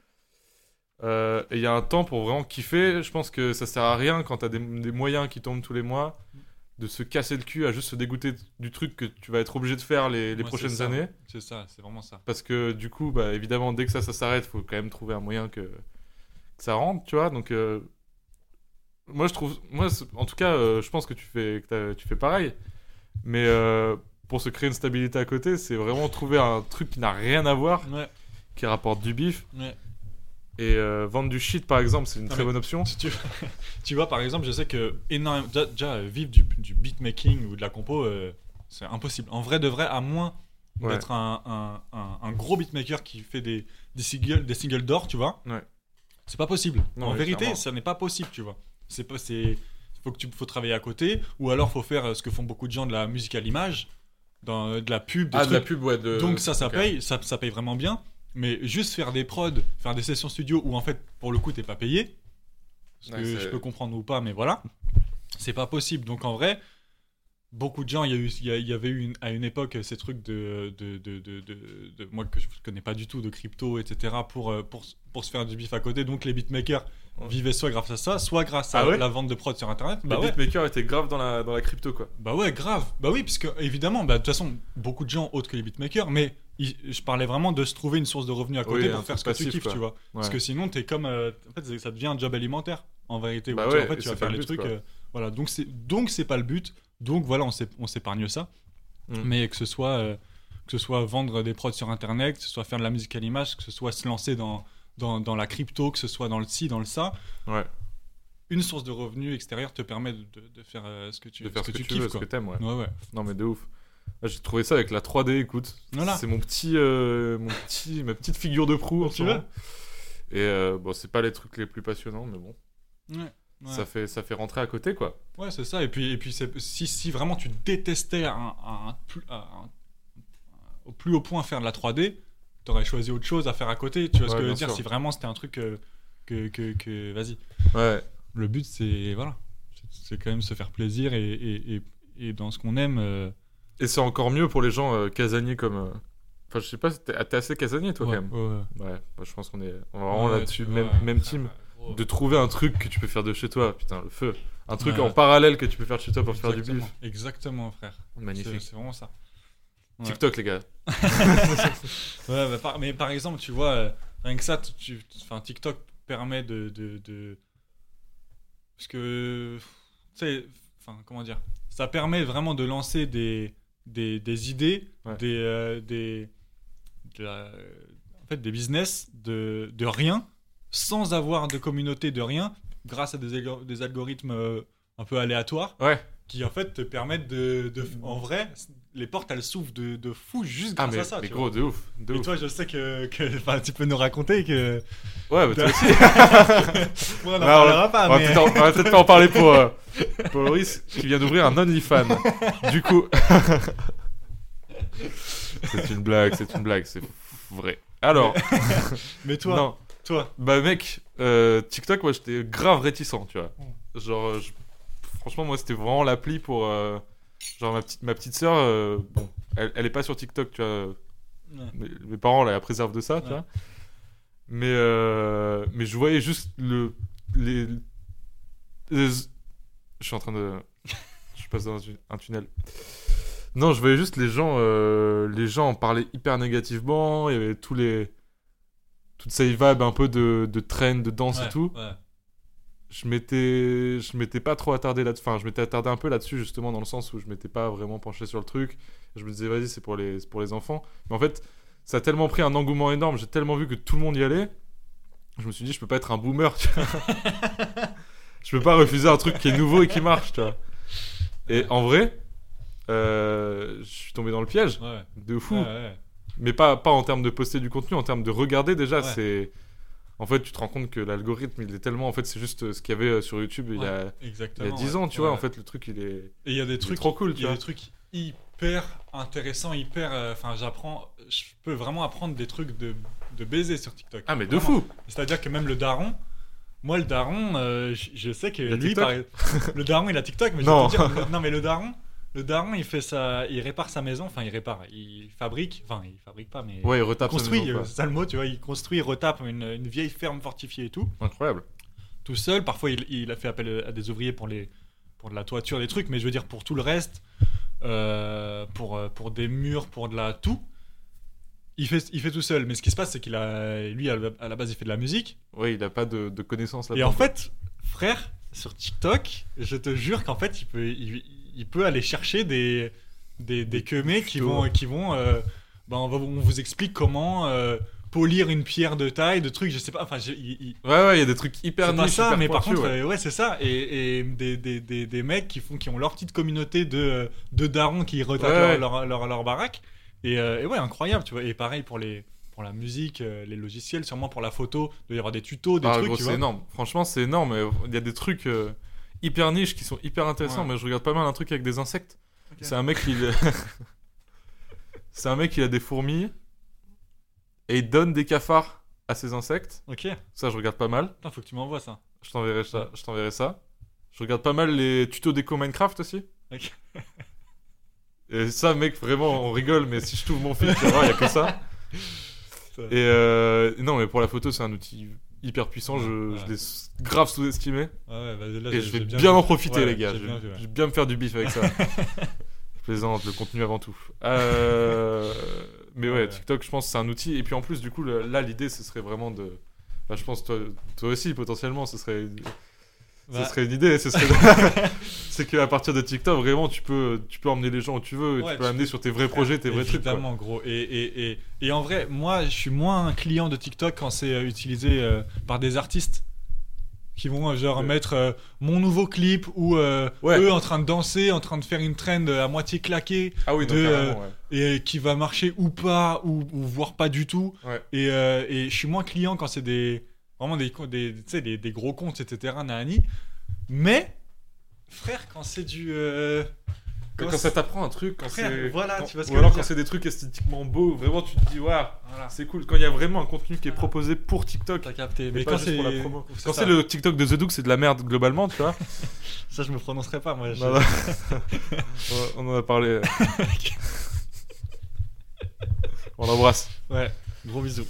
A: Euh, et il y a un temps pour vraiment kiffer. Je pense que ça sert à rien quand t'as des, des moyens qui tombent tous les mois de se casser le cul à juste se dégoûter du truc que tu vas être obligé de faire les, les
B: Moi, c'est
A: prochaines
B: ça.
A: années.
B: C'est ça, c'est vraiment ça.
A: Parce que du coup, bah, évidemment, dès que ça, ça s'arrête, faut quand même trouver un moyen que, que ça rentre, tu vois. Donc, euh, moi, je trouve. Moi, c'est- en tout cas, euh, je pense que tu fais, que t'as- tu fais pareil. Mais euh, pour se créer une stabilité à côté, c'est vraiment trouver un truc qui n'a rien à voir,
B: Ouais,
A: qui rapporte du bif.
B: ouais.
A: Et euh, vendre du shit, par exemple, c'est une
B: Non,
A: très
B: mais-
A: bonne option.
B: Tu, *laughs* tu vois, par exemple, je sais que énorme, déjà, déjà, euh, vivre du, du beatmaking ou de la compo, euh, c'est impossible. En vrai de vrai, à moins
A: Ouais.
B: d'être un, un- un- un gros beatmaker qui fait des, des singles des singles d'or, tu vois.
A: Ouais.
B: C'est pas possible.
A: Non,
B: en
A: mais
B: vérité,
A: clairement.
B: ça n'est pas possible, tu vois. C'est pas, c'est, faut que tu, faut travailler à côté, ou alors faut faire euh, ce que font beaucoup de gens de la musique à l'image, dans, euh, de la pub, des
A: Ah, de
B: trucs
A: la pub, ouais. de-
B: donc ça, ça
A: ok.
B: paye, ça, ça paye vraiment bien. Mais juste faire des prods, faire des sessions studio où en fait, pour le coup, t'es pas payé, ce
A: Ouais,
B: que
A: c'est-
B: je peux comprendre ou pas, mais voilà, c'est pas possible. Donc en vrai, beaucoup de gens, il y, a eu- il y a- il y avait eu une- à une époque ces trucs de, de, de, de- de- de- moi que je connais pas du tout, de crypto, etc., pour, euh, pour, pour se faire du bif à côté. Donc les beatmakers
A: Ouais.
B: vivaient soit grâce à ça, soit grâce à
A: Ah ouais
B: la vente de prods sur Internet.
A: Les
B: Bah ouais.
A: beatmakers étaient grave dans la, dans la crypto, quoi.
B: Bah ouais, grave. Bah oui, parce que évidemment, bah, de toute façon, beaucoup de gens autres que les beatmakers, mais ils- je parlais vraiment de se trouver une source de revenus à côté
A: Oui, un
B: pour
A: truc
B: faire ce que tu
A: passif,
B: kiffes,
A: quoi.
B: tu vois. Parce
A: Ouais.
B: que sinon, t'es comme. euh, en fait, c'est- ça devient un job alimentaire, en vérité. où
A: Bah
B: tu-
A: ouais,
B: en fait,
A: et
B: tu
A: c'est
B: vas
A: pas
B: faire
A: le
B: les
A: but,
B: trucs.
A: quoi.
B: euh, voilà, donc c'est donc c'est pas le but. Donc voilà, on s'ép- on s'épargne ça.
A: Mm.
B: Mais que ce soit. euh, que ce soit vendre des prods sur internet, que ce soit faire de la musique à l'image, que ce soit se lancer dans, dans, dans la crypto, que ce soit dans le ci, dans le ça.
A: Ouais.
B: Une source de revenus extérieure te permet de, de- de faire euh, ce que tu,
A: de faire ce que, tu,
B: kiffes.
A: veux, ce
B: quoi.
A: que t'aimes, ouais.
B: Ouais, ouais.
A: Non mais de ouf. Là, J'ai trouvé ça avec la 3D, écoute.
B: Voilà.
A: C'est mon petit, euh, mon petit, ma petite figure de proue. en
B: Tu
A: ce
B: vois
A: moment. Et euh, bon, c'est pas les trucs les plus passionnants, mais bon,
B: Ouais. Ouais,
A: ça fait, ça fait rentrer à côté, quoi.
B: Ouais, c'est ça. Et puis, et puis c'est- si, si vraiment tu détestais un- un- un- un- au plus haut point faire de la 3D, t'aurais choisi autre chose à faire à côté. Tu vois ce
A: Ouais,
B: que je veux
A: bien
B: dire
A: sûr.
B: Si vraiment c'était un truc euh, que. que, que- Vas-y.
A: Ouais.
B: Le but, c'est. Voilà. C'est- C'est quand même se faire plaisir et, et, et, et dans ce qu'on aime. euh,
A: Et c'est encore mieux pour les gens euh, casaniers comme. euh, Enfin, je sais pas, t'es t'es assez casanier toi
B: ouais,
A: quand même.
B: ouais, ouais.
A: Ouais. Bah, je pense qu'on est on est vraiment
B: Ouais,
A: là-dessus,
B: tu
A: même,
B: vois,
A: même team. De trouver un truc que tu peux faire de chez toi, putain, le feu. Un truc
B: Ouais.
A: en parallèle que tu peux faire de chez toi pour faire du
B: Exactement.
A: bif.
B: Exactement, frère. C'est
A: Magnifique.
B: c'est vraiment ça. ouais.
A: TikTok, les gars.
B: Ouais, bah, par- mais par exemple, tu vois, euh, rien que ça, tu- tu, enfin, TikTok permet de, de, de- Parce que. Tu sais, enfin, comment dire Ça permet vraiment de lancer des, des, des idées,
A: Ouais.
B: des. euh, des de la- en fait, des business de, de rien, sans avoir de communauté de rien, grâce à des, algo- des algorithmes euh, un peu aléatoires.
A: Ouais.
B: Qui en fait te permettent de, de- En vrai, les portes elles s'ouvrent de, de fou juste
A: Ah
B: grâce
A: mais,
B: à ça.
A: mais
B: tu
A: gros,
B: vois.
A: de ouf, de
B: Et
A: ouf.
B: toi, je sais que, que- enfin, tu peux nous raconter que.
A: Ouais, bah toi aussi.
B: Bon, on en
A: Ouais,
B: parlera pas,
A: On va
B: Ah, mais.
A: peut-être en- on va peut-être pas en parler pour,
B: *laughs*
A: euh, pour Loris qui vient d'ouvrir un OnlyFans. Du
B: *laughs*
A: coup. c'est une blague, c'est une blague, c'est vrai. Alors,
B: Mais toi,
A: non.
B: toi.
A: Bah, mec, euh, TikTok, moi j'étais grave réticent, tu vois.
B: Mm.
A: Genre, euh, je- franchement, moi c'était vraiment l'appli pour. euh, Genre, ma petite, ma petite sœur, euh, bon, elle, elle est pas sur TikTok, tu vois.
B: Ouais.
A: Mes, mes parents la préservent de ça, tu
B: Ouais.
A: vois. Mais, euh, mais je voyais juste le. Les, les- je suis en train de. *laughs* Je passe dans un- un tunnel. Non, je voyais juste les gens, euh, les gens en parlaient hyper négativement. Il y avait tous les. Toutes ces vibes un peu de, de train, de danse
B: Ouais,
A: et tout.
B: ouais.
A: Je m'étais, je m'étais pas trop attardé là Enfin, je m'étais attardé un peu là-dessus, justement, dans le sens où je m'étais pas vraiment penché sur le truc. Je me disais, vas-y, c'est pour les, c'est pour les enfants. Mais en fait, ça a tellement pris un engouement énorme. J'ai tellement vu que tout le monde y allait je me suis dit, je peux pas être un boomer, tu vois. je peux pas refuser un truc qui est nouveau et qui marche, tu vois. Et en vrai, euh, je suis tombé dans le piège
B: Ouais.
A: de fou.
B: Ah Ouais, ouais.
A: Mais pas, pas en termes de poster du contenu, en termes de regarder déjà.
B: Ouais.
A: C'est En fait, tu te rends compte que l'algorithme, il est tellement. En fait, c'est juste euh, ce qu'il y avait euh, sur YouTube il y a. Il
B: Exactement.
A: y a 10
B: ouais.
A: ans, tu vois,
B: Ouais.
A: en fait, le truc, il est,
B: Et il y a des
A: il est
B: trucs
A: trop cool,
B: Il
A: tu
B: y a
A: vois.
B: des trucs hyper intéressants, hyper. euh, Enfin, j'apprends. Je peux vraiment apprendre des trucs de, de baiser sur TikTok.
A: Ah, mais de
B: Vraiment.
A: fou
B: *laughs* C'est-à-dire que même le daron. Moi, le daron, euh, je je sais que
A: a
B: lui,
A: TikTok *laughs*
B: par- le daron, il a TikTok, mais
A: Non.
B: je vais te dire, le- non, mais le daron, le daron, il fait ça, il répare sa maison, enfin, il répare, il fabrique, enfin, il fabrique pas, mais
A: Ouais, il retape sa
B: construit,
A: maison,
B: euh, c'est ça le mot, tu vois, il construit, il retape une, une vieille ferme fortifiée et tout,
A: quoi. Incroyable.
B: tout seul. Parfois, il, il a fait appel euh, à des ouvriers pour, les, pour de la toiture, des trucs, mais je veux dire, pour tout le reste, euh, pour, euh, pour des murs, pour de la tout, il fait, il fait tout seul. Mais ce qui se passe, c'est qu'il a, lui, à la- à la base, il fait de la musique.
A: Ouais, il a pas de, de connaissances
B: Et
A: là-dedans.
B: en fait, frère, sur TikTok, je te jure qu'en fait, il peut, il, il peut aller chercher des, des, des queumés qui
A: tutos.
B: vont. Qui vont euh, ben, on, va, vous- on vous explique comment euh, polir une pierre de taille, de trucs, je sais pas. Enfin, je- il- il-
A: Ouais, ouais, il y a des trucs hyper
B: c'est pas
A: niche,
B: ça,
A: hyper
B: mais par
A: pointus,
B: contre,
A: ouais.
B: euh, ouais, c'est ça. Et, et des, des, des, des mecs qui, font, qui ont leur petite communauté de, euh, de darons qui retapent
A: Ouais,
B: leur,
A: ouais.
B: Leur, leur- leur baraque. Et, euh, et ouais, incroyable, tu vois. Et pareil pour les. Pour la musique, euh, les logiciels, sûrement pour la photo, il doit y avoir des tutos, des
A: Ah,
B: trucs.
A: gros,
B: tu
A: c'est
B: vois.
A: énorme. Franchement, c'est énorme. Et Il y a des trucs euh, hyper niches qui sont hyper intéressants.
B: Ouais.
A: Mais je regarde pas mal un truc avec des insectes.
B: Ok.
A: C'est un mec qui. *laughs* c'est un mec qui a des fourmis et il donne des cafards à ses insectes.
B: Ok.
A: Ça, je regarde pas mal.
B: Putain, faut que tu m'envoies ça.
A: Je t'enverrai ça. Je t'enverrai ça. Je regarde pas mal les tutos déco Minecraft aussi.
B: Ok.
A: *laughs* Et ça, mec, vraiment, on rigole. Mais si je trouve mon fil, tu vois, il y a que ça. Et euh, non, mais pour la photo, c'est un outil hyper puissant. Je,
B: Ouais.
A: je l'ai s- grave sous-estimé.
B: Ouais, ouais, vas-y, là,
A: Et
B: j'ai-
A: je vais
B: j'ai
A: bien,
B: vu.
A: en profiter,
B: Ouais,
A: les gars.
B: j'ai
A: Je
B: bien
A: vais
B: vu, ouais.
A: je vais bien me faire du bif
B: *laughs*
A: avec ça. Je Plaisante, le contenu avant tout. Euh, mais ouais,
B: Ouais.
A: TikTok, je pense, c'est un outil. Et puis en plus, du coup, le- là, l'idée, ce serait vraiment de. Enfin, je pense, toi, toi aussi, potentiellement, ce serait, ce
B: Bah,
A: serait une idée. Ce serait *laughs*
B: *laughs*
A: de- c'est qu'à partir de TikTok, vraiment, tu peux, tu peux emmener les gens où tu veux. et
B: Ouais,
A: tu peux
B: tu
A: amener sur tes vrais projets, tes vrais trucs. quoi.
B: Évidemment, gros. Et, et, et, et en vrai, moi, je suis moins un client de TikTok quand c'est euh, utilisé euh, par des artistes qui vont euh, genre
A: Ouais.
B: mettre euh, mon nouveau clip ou euh,
A: Ouais.
B: eux en train de danser, en train de faire une trend euh, à moitié claquée
A: Ah oui, donc,
B: de,
A: carrément, ouais.
B: et euh, qui va marcher ou pas ou, ou voire pas du tout.
A: Ouais.
B: Et, euh, et je suis moins client quand c'est des vraiment des co- des, tu sais, des des gros comptes etc. Nani. Mais frère, quand c'est du euh,
A: Quand,
B: quand
A: ça
B: c'est-
A: t'apprend un truc, quand
B: Frère,
A: c'est.
B: voilà,
A: quand-
B: tu vois ce
A: Ou
B: que
A: alors
B: je veux
A: quand
B: dire.
A: c'est des trucs esthétiquement beaux, vraiment tu te dis, waouh,
B: voilà.
A: c'est cool. Quand il y a vraiment un contenu qui est proposé pour TikTok.
B: T'as capté.
A: Mais
B: Mais
A: pas
B: quand
A: juste
B: c'est
A: pour la promo.
B: c'est
A: Quand
B: ça.
A: c'est le TikTok de The Duke, c'est de la merde globalement, tu vois.
B: ça, je me prononcerai pas moi. je-
A: Non, non. *laughs* On en a parlé. On l'embrasse.
B: Ouais. Gros bisous.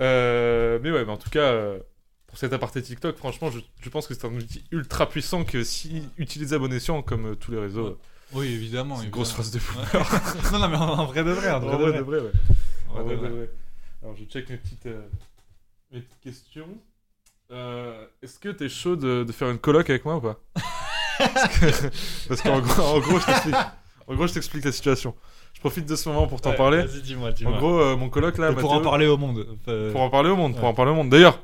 A: Euh, mais ouais, mais en tout cas, euh, pour cet aparté TikTok, franchement, je, je pense que c'est un outil ultra puissant que si utilisé à bon escient, comme euh, tous les réseaux.
B: Ouais, Oui, évidemment.
A: C'est une
B: évidemment.
A: grosse phrase de fou. Ah,
B: Ouais. *laughs* non, non, mais en en vrai de vrai, en vrai de vrai.
A: vrai, ouais.
B: En vrai de vrai.
A: Alors je check mes petites, euh, mes petites questions. Euh, Est-ce que t'es chaud de, de faire une coloc avec moi ou
B: *laughs*
A: pas Parce que- Parce qu'en gros, en gros, je t'explique- en gros, je t'explique la situation. Je profite de ce moment pour t'en
B: Ouais,
A: parler.
B: Vas-y, dis-moi,
A: En
B: dis-moi.
A: gros, euh, mon coloc là,
B: Et pour en
A: Mathéo-
B: parler au monde. euh,
A: pour en parler au monde, pour
B: Ouais.
A: en parler au monde. D'ailleurs,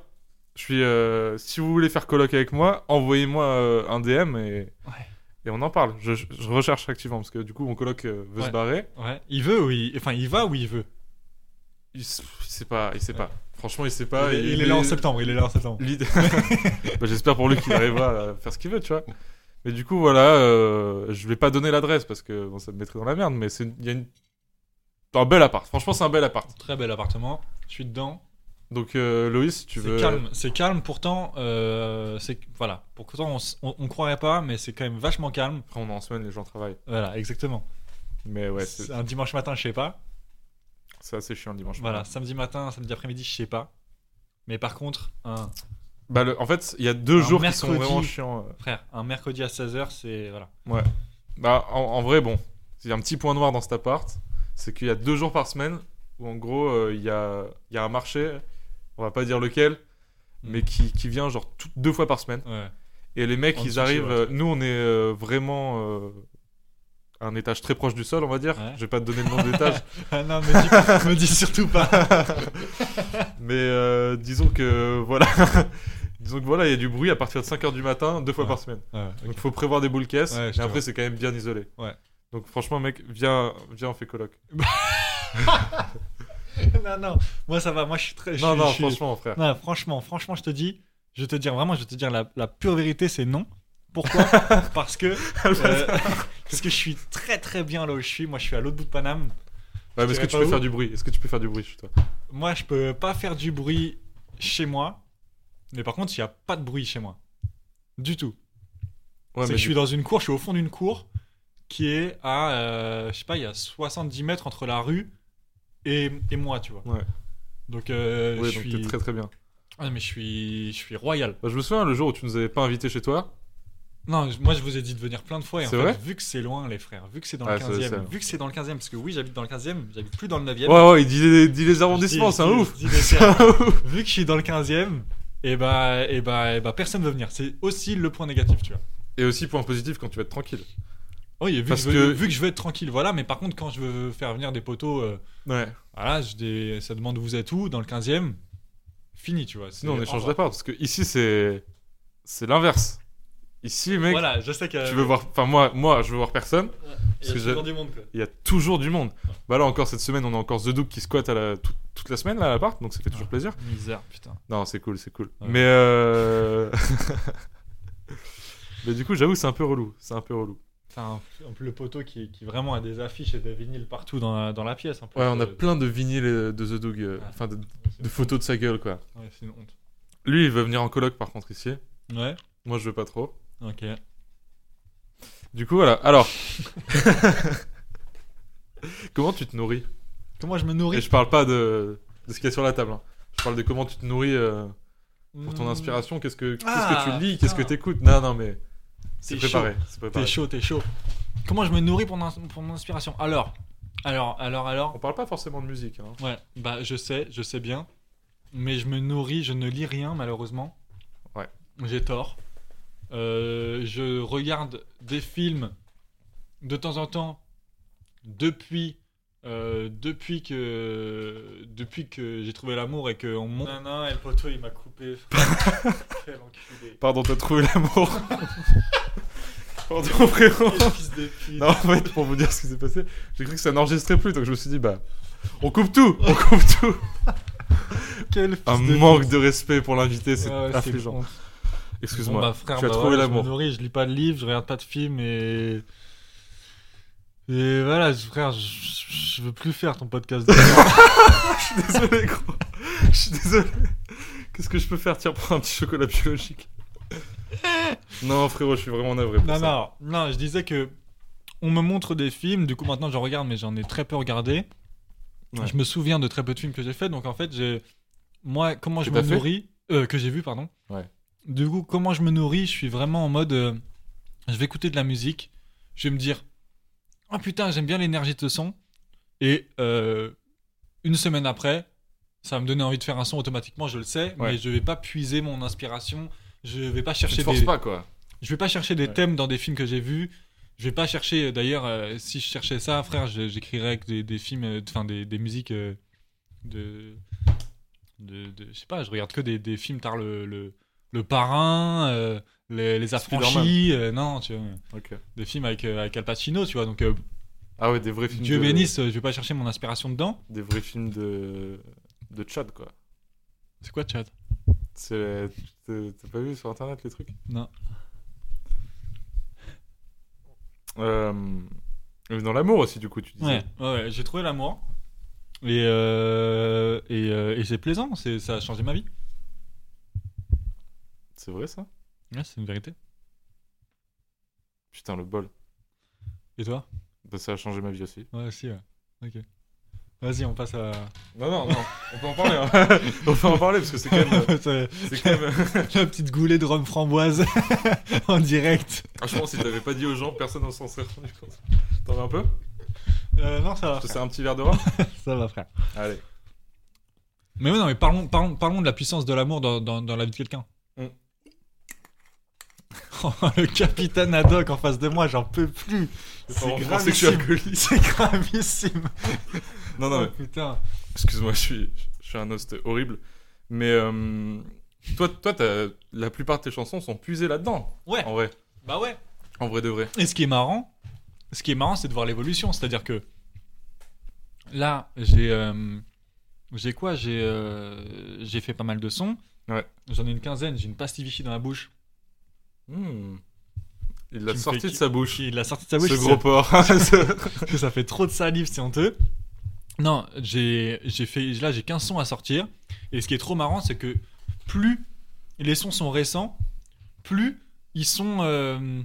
A: je suis. euh, si vous voulez faire coloc avec moi, envoyez-moi euh, un DM et. Et on en parle. Je, je recherche activement parce que du coup mon coloc euh, veut
B: Ouais.
A: se barrer.
B: Ouais. Il veut ou il... Enfin, il va ou il veut.
A: Il, s- il sait pas, il sait pas. Franchement, il sait pas.
B: il, est-
A: et-
B: il est là en
A: mais-
B: septembre. Il est là en septembre. *laughs*
A: L'idée- *laughs* Bah, J'espère pour lui qu'il arrivera à faire ce qu'il veut, tu vois. Mais du coup, voilà, euh, je vais pas donner l'adresse parce que bon, ça me mettrait dans la merde, mais c'est il y a une... un bel appart. Franchement, c'est un bel appart.
B: Très bel appartement. Je suis dedans.
A: Donc, euh, Loïs, si tu
B: C'est
A: veux.
B: calme. C'est calme. Pourtant, euh, c'est voilà. Pourtant, on, s- on, on croirait pas, mais c'est quand même vachement calme.
A: Après, on est en semaine, les gens travaillent.
B: Voilà, exactement.
A: Mais ouais, c'est
B: C'est un dimanche matin, je sais pas.
A: c'est assez chiant le dimanche.
B: Voilà, samedi matin, samedi après-midi, je sais pas. Mais par contre, un
A: Bah, le- en fait, il y a deux
B: Un
A: jours qui sont
B: mercredi.
A: vraiment chiants. euh.
B: frère, un mercredi à 16h, c'est voilà.
A: Bah, en, en vrai, bon, il y a un petit point noir dans cet appart, c'est qu'il y a deux jours par semaine où en gros, euh, il y, a, il y a un marché, on va pas dire lequel,
B: Hmm.
A: mais qui, qui vient genre tout- deux fois par semaine.
B: Ouais.
A: Et les mecs,
B: En
A: ils
B: dessous,
A: arrivent.
B: ouais.
A: euh, nous, on est euh, vraiment. euh, un étage très proche du sol, on va dire.
B: Ouais.
A: Je vais pas te donner le nom de
B: *laughs*
A: l'étage,
B: *laughs* Ah non, me dis, me dis surtout pas.
A: mais euh, disons que voilà, *laughs* disons que voilà, il y a du bruit à partir de 5 heures du matin, deux fois
B: Ouais.
A: par semaine.
B: *laughs* Ouais,
A: Donc faut prévoir des boules caisses.
B: Ouais, je
A: mais
B: te
A: après
B: vois.
A: c'est quand même bien isolé.
B: Ouais.
A: Donc franchement mec, viens, viens on fait coloc.
B: ok. *laughs* non, non, moi ça va, moi je suis très. je
A: Non
B: suis-
A: non
B: je suis-
A: franchement frère.
B: Non, franchement, franchement, je te dis, je vais te dire vraiment, je vais te dire la, la pure vérité, c'est non.
A: *laughs*
B: Pourquoi Parce que
A: Ah,
B: euh, parce que je suis très très bien là où je suis. Moi, je suis à l'autre bout de Paname.
A: Ouais, mais est-ce
B: dirais
A: que tu
B: pas
A: peux
B: où.
A: faire du bruit Est-ce que tu peux faire du bruit chez toi
B: Moi, je peux pas faire du bruit chez moi. Mais par contre, il y a pas de bruit chez moi, du tout.
A: Ouais
B: c'est
A: mais
B: que je
A: du-
B: suis dans une cour, je suis au fond d'une cour qui est à, euh, je sais pas, il y a 70 mètres entre la rue et, et moi, tu vois.
A: Ouais.
B: Donc, euh,
A: ouais,
B: je,
A: donc
B: suis...
A: t'es très très bien.
B: Ah, mais je suis, je suis royal.
A: Bah, je me souviens le jour où tu nous avais pas invité chez toi.
B: Non, je- moi je vous ai dit de venir plein de fois et en
A: C'est
B: fait,
A: vrai
B: vu que c'est loin les frères, vu que c'est dans
A: Ah,
B: le
A: ça,
B: 15
A: ça.
B: e vu que c'est dans le 15 e parce que oui, j'habite dans le 15 e j'habite plus dans le 9 e
A: Ouais ouais, il dit les, il dit les arrondissements, c'est un ouf. *laughs* C'est un
B: *laughs*
A: ouf.
B: Vu que je suis dans le 15 e et bah, et bah, et bah personne veut venir. C'est aussi le point négatif, tu vois. Oh,
A: Et aussi point positif quand tu vas être tranquille.
B: Oui, et vu,
A: Parce
B: que je veux,
A: que-
B: vu que je veux être tranquille, voilà, mais par contre, quand je veux faire venir des poteaux, euh,
A: Ouais.
B: voilà, je dis- ça demande vous êtes où dans le 15 e Fini, tu vois. c'est-
A: Sinon on
B: au
A: échange
B: revoir.
A: d'appart parce que ici c'est c'est l'inverse. Ici mec,
B: Voilà, je sais que.
A: tu veux voir enfin moi moi je veux voir personne.
B: Parce
A: que
B: que
A: j'ai-
B: du monde, quoi.
A: Il y a toujours du monde. Bah là encore cette semaine, on a encore The Duke qui squatte à la- tout- toute la semaine là, à l'appart, donc ça fait toujours plaisir.
B: Misère, putain.
A: Non, c'est cool, c'est cool.
B: Ouais.
A: Mais euh... *laughs* mais du coup, j'avoue, c'est un peu relou. C'est un peu relou.
B: Enfin, un peu le poteau qui, qui vraiment a des affiches et des vinyles partout dans la, dans la pièce. en plus.
A: Ouais, on a
B: Euh,
A: plein de vinyles euh, de The Duke, euh, enfin de, de photos de sa gueule quoi.
B: Ouais, c'est une honte.
A: Lui, il veut venir en coloc par contre ici.
B: Ouais,
A: Moi, je veux pas trop.
B: ok.
A: Du coup, voilà. Alors, *laughs* comment tu te nourris
B: Comment je me
A: Et
B: nourris
A: je parle pas de, de ce qu'il y a sur la table. hein. Je parle de comment tu te nourris. euh, Pour
B: Mmh.
A: ton inspiration, qu'est-ce que, qu'est-ce que
B: Hmm. Ah,
A: tu lis, qu'est-ce que
B: putain.
A: t'écoutes Non, non, mais c'est
B: T'es
A: préparé.
B: chaud.
A: C'est
B: T'es
A: préparé.
B: chaud, t'es chaud. Comment je me nourris pour, mon ins- pour mon inspiration Alors, alors, alors, alors.
A: On parle pas forcément de musique. Hein.
B: Ouais, bah je sais, je sais bien. Mais je me nourris, je ne lis rien malheureusement.
A: Ouais.
B: J'ai tort. Euh, je regarde des films de temps en temps depuis, euh, depuis que, depuis que j'ai trouvé l'amour et qu'on monte. Non, non, et le poteau il m'a *laughs* coupé. Quel enculé.
A: Pardon, t'as trouvé l'amour. Pardon, frérot.
B: fils de pute.
A: Non, en fait, pour vous dire ce qui s'est passé, j'ai cru que ça n'enregistrait plus, donc je me suis dit, bah, on coupe tout, on coupe tout.
B: Quel fils
A: Un
B: de
A: manque de respect pour l'invité, c'est
B: Ah ouais, c'est
A: affligeant.
B: bon.
A: Excuse-moi.
B: Bon, bah, frère,
A: tu as
B: bah,
A: trouvé
B: voilà,
A: l'amour.
B: Je me nourris, je lis pas de livres, je regarde pas de films et. Et voilà, je- frère, je, je veux plus faire ton podcast.
A: Je suis désolé, gros.
B: bah.
A: *laughs* Je suis désolé. Qu'est-ce que je peux faire Tiens, prends un petit chocolat biologique. non, frérot, je suis vraiment navré. Pour
B: non,
A: ça.
B: non, non, je disais que on me montre des films, du coup maintenant j'en regarde, mais j'en ai très peu regardé.
A: Ouais.
B: Je me souviens de très peu de films que j'ai fait, donc en fait, j'ai. Moi, comment je
A: Que
B: me
A: t'as fait
B: nourris euh, Que j'ai vu, pardon.
A: Ouais.
B: Du coup, comment je me nourris Je suis vraiment en mode. euh, je vais écouter de la musique, je vais me dire Oh putain, j'aime bien l'énergie de ce son. Et euh, une semaine après, ça va me donner envie de faire un son automatiquement, je le sais,
A: Ouais.
B: mais je vais pas puiser mon inspiration, je vais pas
A: Tu te
B: chercher
A: forces
B: des.
A: pas, quoi.
B: Je vais pas chercher des
A: Ouais.
B: thèmes dans des films que j'ai vus. Je vais pas chercher, euh, d'ailleurs, euh, si je cherchais ça, frère, je- j'écrirais que des, des films, euh, enfin des, des musiques euh, de, de, de- Je sais pas, je regarde que des, des films tard le, le, le parrain, euh, les, les affranchis, euh, non, tu vois,
A: Ok.
B: des films avec, euh, avec Al Pacino, tu vois. Donc, euh,
A: Ah ouais, des vrais films.
B: Dieu
A: de-
B: bénisse, euh, je vais pas chercher mon inspiration dedans.
A: Des vrais films de. de Tchad, quoi.
B: C'est quoi, Chad
A: C'est. T'as t'as pas vu sur internet les trucs
B: Non.
A: Euh, Dans l'amour aussi, du coup, tu disais.
B: Ouais, ouais, ouais, j'ai trouvé l'amour. Et, euh, et, euh, et c'est plaisant, c'est- ça a changé ma vie.
A: C'est vrai ça
B: Ouais, c'est une vérité.
A: Putain, le bol.
B: Et toi
A: Bah, ça a changé ma vie aussi.
B: Ouais, si, ouais. Ok. Vas-y, on passe à.
A: *laughs* Non, non, non, on peut en parler. hein. *laughs* on peut en parler parce que c'est quand même. euh,
B: euh, C'est
A: C'est quand même. euh,
B: La petite goulée de rhum framboise *laughs* en direct.
A: Franchement, si t'avais pas dit aux gens, personne ne s'en serait rendu compte. T'en veux un peu
B: Euh, non, ça va.
A: Je te sers un petit verre de rhum
B: Ça va, frère.
A: Allez.
B: Mais ouais, non, mais *laughs* parlons, parlons, parlons de la puissance de l'amour dans, dans, dans la vie de quelqu'un.
A: Mm.
B: Oh, le capitaine Haddock en face de moi, j'en peux plus.
A: Pardon,
B: C'est
A: je pensais que je suis
B: gravissime.
A: alcoolique.
B: *laughs* C'est gravissime.
A: Non, non,
B: Oh,
A: mais
B: putain.
A: excuse-moi, je suis, je suis un host horrible. Mais euh, toi, toi t'as- la plupart de tes chansons sont puisées là-dedans,
B: Ouais,
A: en vrai.
B: bah ouais.
A: En vrai de vrai.
B: Et ce qui est marrant, ce qui est marrant, c'est de voir l'évolution. C'est-à-dire que là, j'ai euh, j'ai quoi J'ai euh, j'ai fait pas mal de sons.
A: Ouais.
B: J'en ai une quinzaine. J'ai une pastille Vichy dans la bouche.
A: Hmm. Il l'a
B: Qui me
A: sorti
B: fait-
A: de sa bouche.
B: Qui l'a sorti de sa bouche.
A: ce
B: qui
A: gros porc. Ce-
B: *laughs* Parce que ça fait trop de salive, c'est honteux. Non, j'ai j'ai fait là j'ai 15 sons à sortir et ce qui est trop marrant c'est que plus les sons sont récents, plus ils sont euh,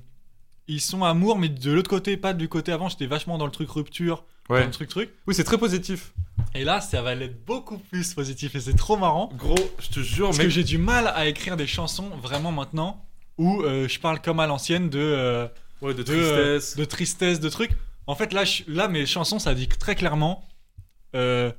B: ils sont amour mais de l'autre côté pas du côté avant, j'étais vachement dans le truc rupture, dans
A: ouais.
B: le truc truc
A: Oui, c'est très positif.
B: et là ça va l'être beaucoup plus positif et c'est trop marrant
A: Gros, je te jure,
B: parce
A: mec.
B: que j'ai du mal à écrire des chansons vraiment maintenant où euh, je parle comme à l'ancienne de euh,
A: Ouais, de
B: de, euh,
A: tristesse.
B: de tristesse, de trucs. En fait, là, je- là mes chansons, ça dit très clairement. euh,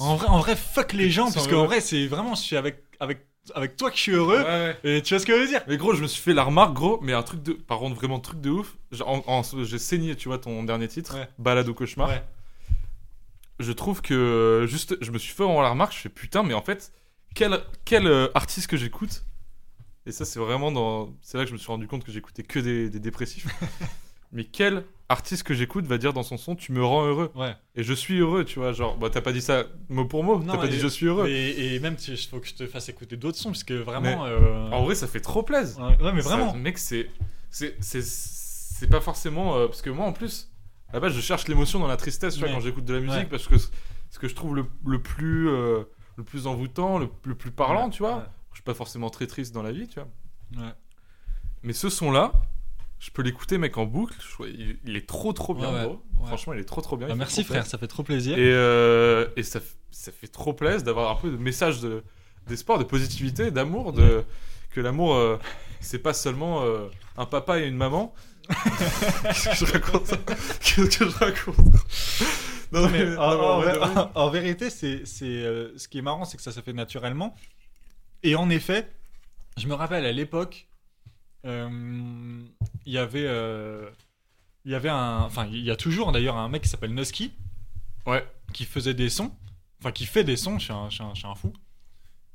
B: en, vrai, en vrai, fuck les gens,
A: Sans
B: parce
A: heureux.
B: qu'en vrai, c'est vraiment, je suis avec, avec, avec toi que je suis
A: Ouais,
B: heureux.
A: ouais.
B: Et tu vois ce que je veux dire
A: Mais gros, je me suis fait la remarque, gros, mais un truc de. Par contre, vraiment truc de ouf. J'ai en- en- j'ai saigné, tu vois, ton dernier titre,
B: Ouais.
A: Balade au cauchemar.
B: Ouais.
A: Je trouve que. euh, Juste, je me suis fait vraiment la remarque, je fais putain, mais en fait, quel, quel euh, artiste que j'écoute Et ça, c'est vraiment dans. C'est là que je me suis rendu compte que j'écoutais que des, des *laughs* dépressifs. mais quel artiste que j'écoute va dire dans son son, tu me rends heureux
B: Ouais.
A: Et je suis heureux, tu vois, genre, bah t'as pas dit ça mot pour mot,
B: Non,
A: t'as pas
B: et-
A: dit je suis heureux.
B: Et, et même, il faut que je te fasse écouter d'autres sons, parce que vraiment.
A: En
B: euh,
A: vrai, ça fait trop plaisir.
B: ouais, ouais, mais
A: Ça,
B: vraiment.
A: mec, c'est. C'est c'est- c'est pas forcément. euh, parce que moi, en plus, à la base, je cherche l'émotion dans la tristesse, tu vois,
B: Ouais.
A: quand j'écoute de la musique,
B: Ouais.
A: parce que c- ce que je trouve le, le plus. euh, le plus envoûtant, le, le plus parlant,
B: Ouais,
A: tu vois.
B: ouais.
A: Je suis pas forcément très triste dans la vie, tu vois.
B: Ouais.
A: Mais ce son-là, je peux l'écouter, mec, en boucle. Je- il, il est trop, trop bien,
B: Ouais, ouais.
A: gros.
B: Ouais.
A: Franchement, il est trop, trop bien.
B: Bah,
A: Il fait
B: merci,
A: trop plaisir.
B: frère, ça fait trop plaisir.
A: Et, euh, et ça, f- ça fait trop plaisir d'avoir un peu de message de- d'espoir, de, positivité, d'amour, de, que l'amour, euh, c'est pas seulement euh, un papa et une maman. Qu'est-ce que *laughs* je raconte *laughs* Qu'est-ce que je raconte Non,
B: Non,
A: mais, ah,
B: mais
A: non, mais
B: en, en-
A: en vrai de vrai.
B: en- en vérité, c'est, c'est, euh, ce qui est marrant, c'est que ça s'est fait naturellement. Et en effet, je me rappelle à l'époque, euh, il y avait, euh, il y avait un, enfin, il y a toujours d'ailleurs un mec qui s'appelle Noski,
A: Ouais.
B: qui faisait des sons, enfin qui fait des sons, je suis un, je suis un- je suis un fou.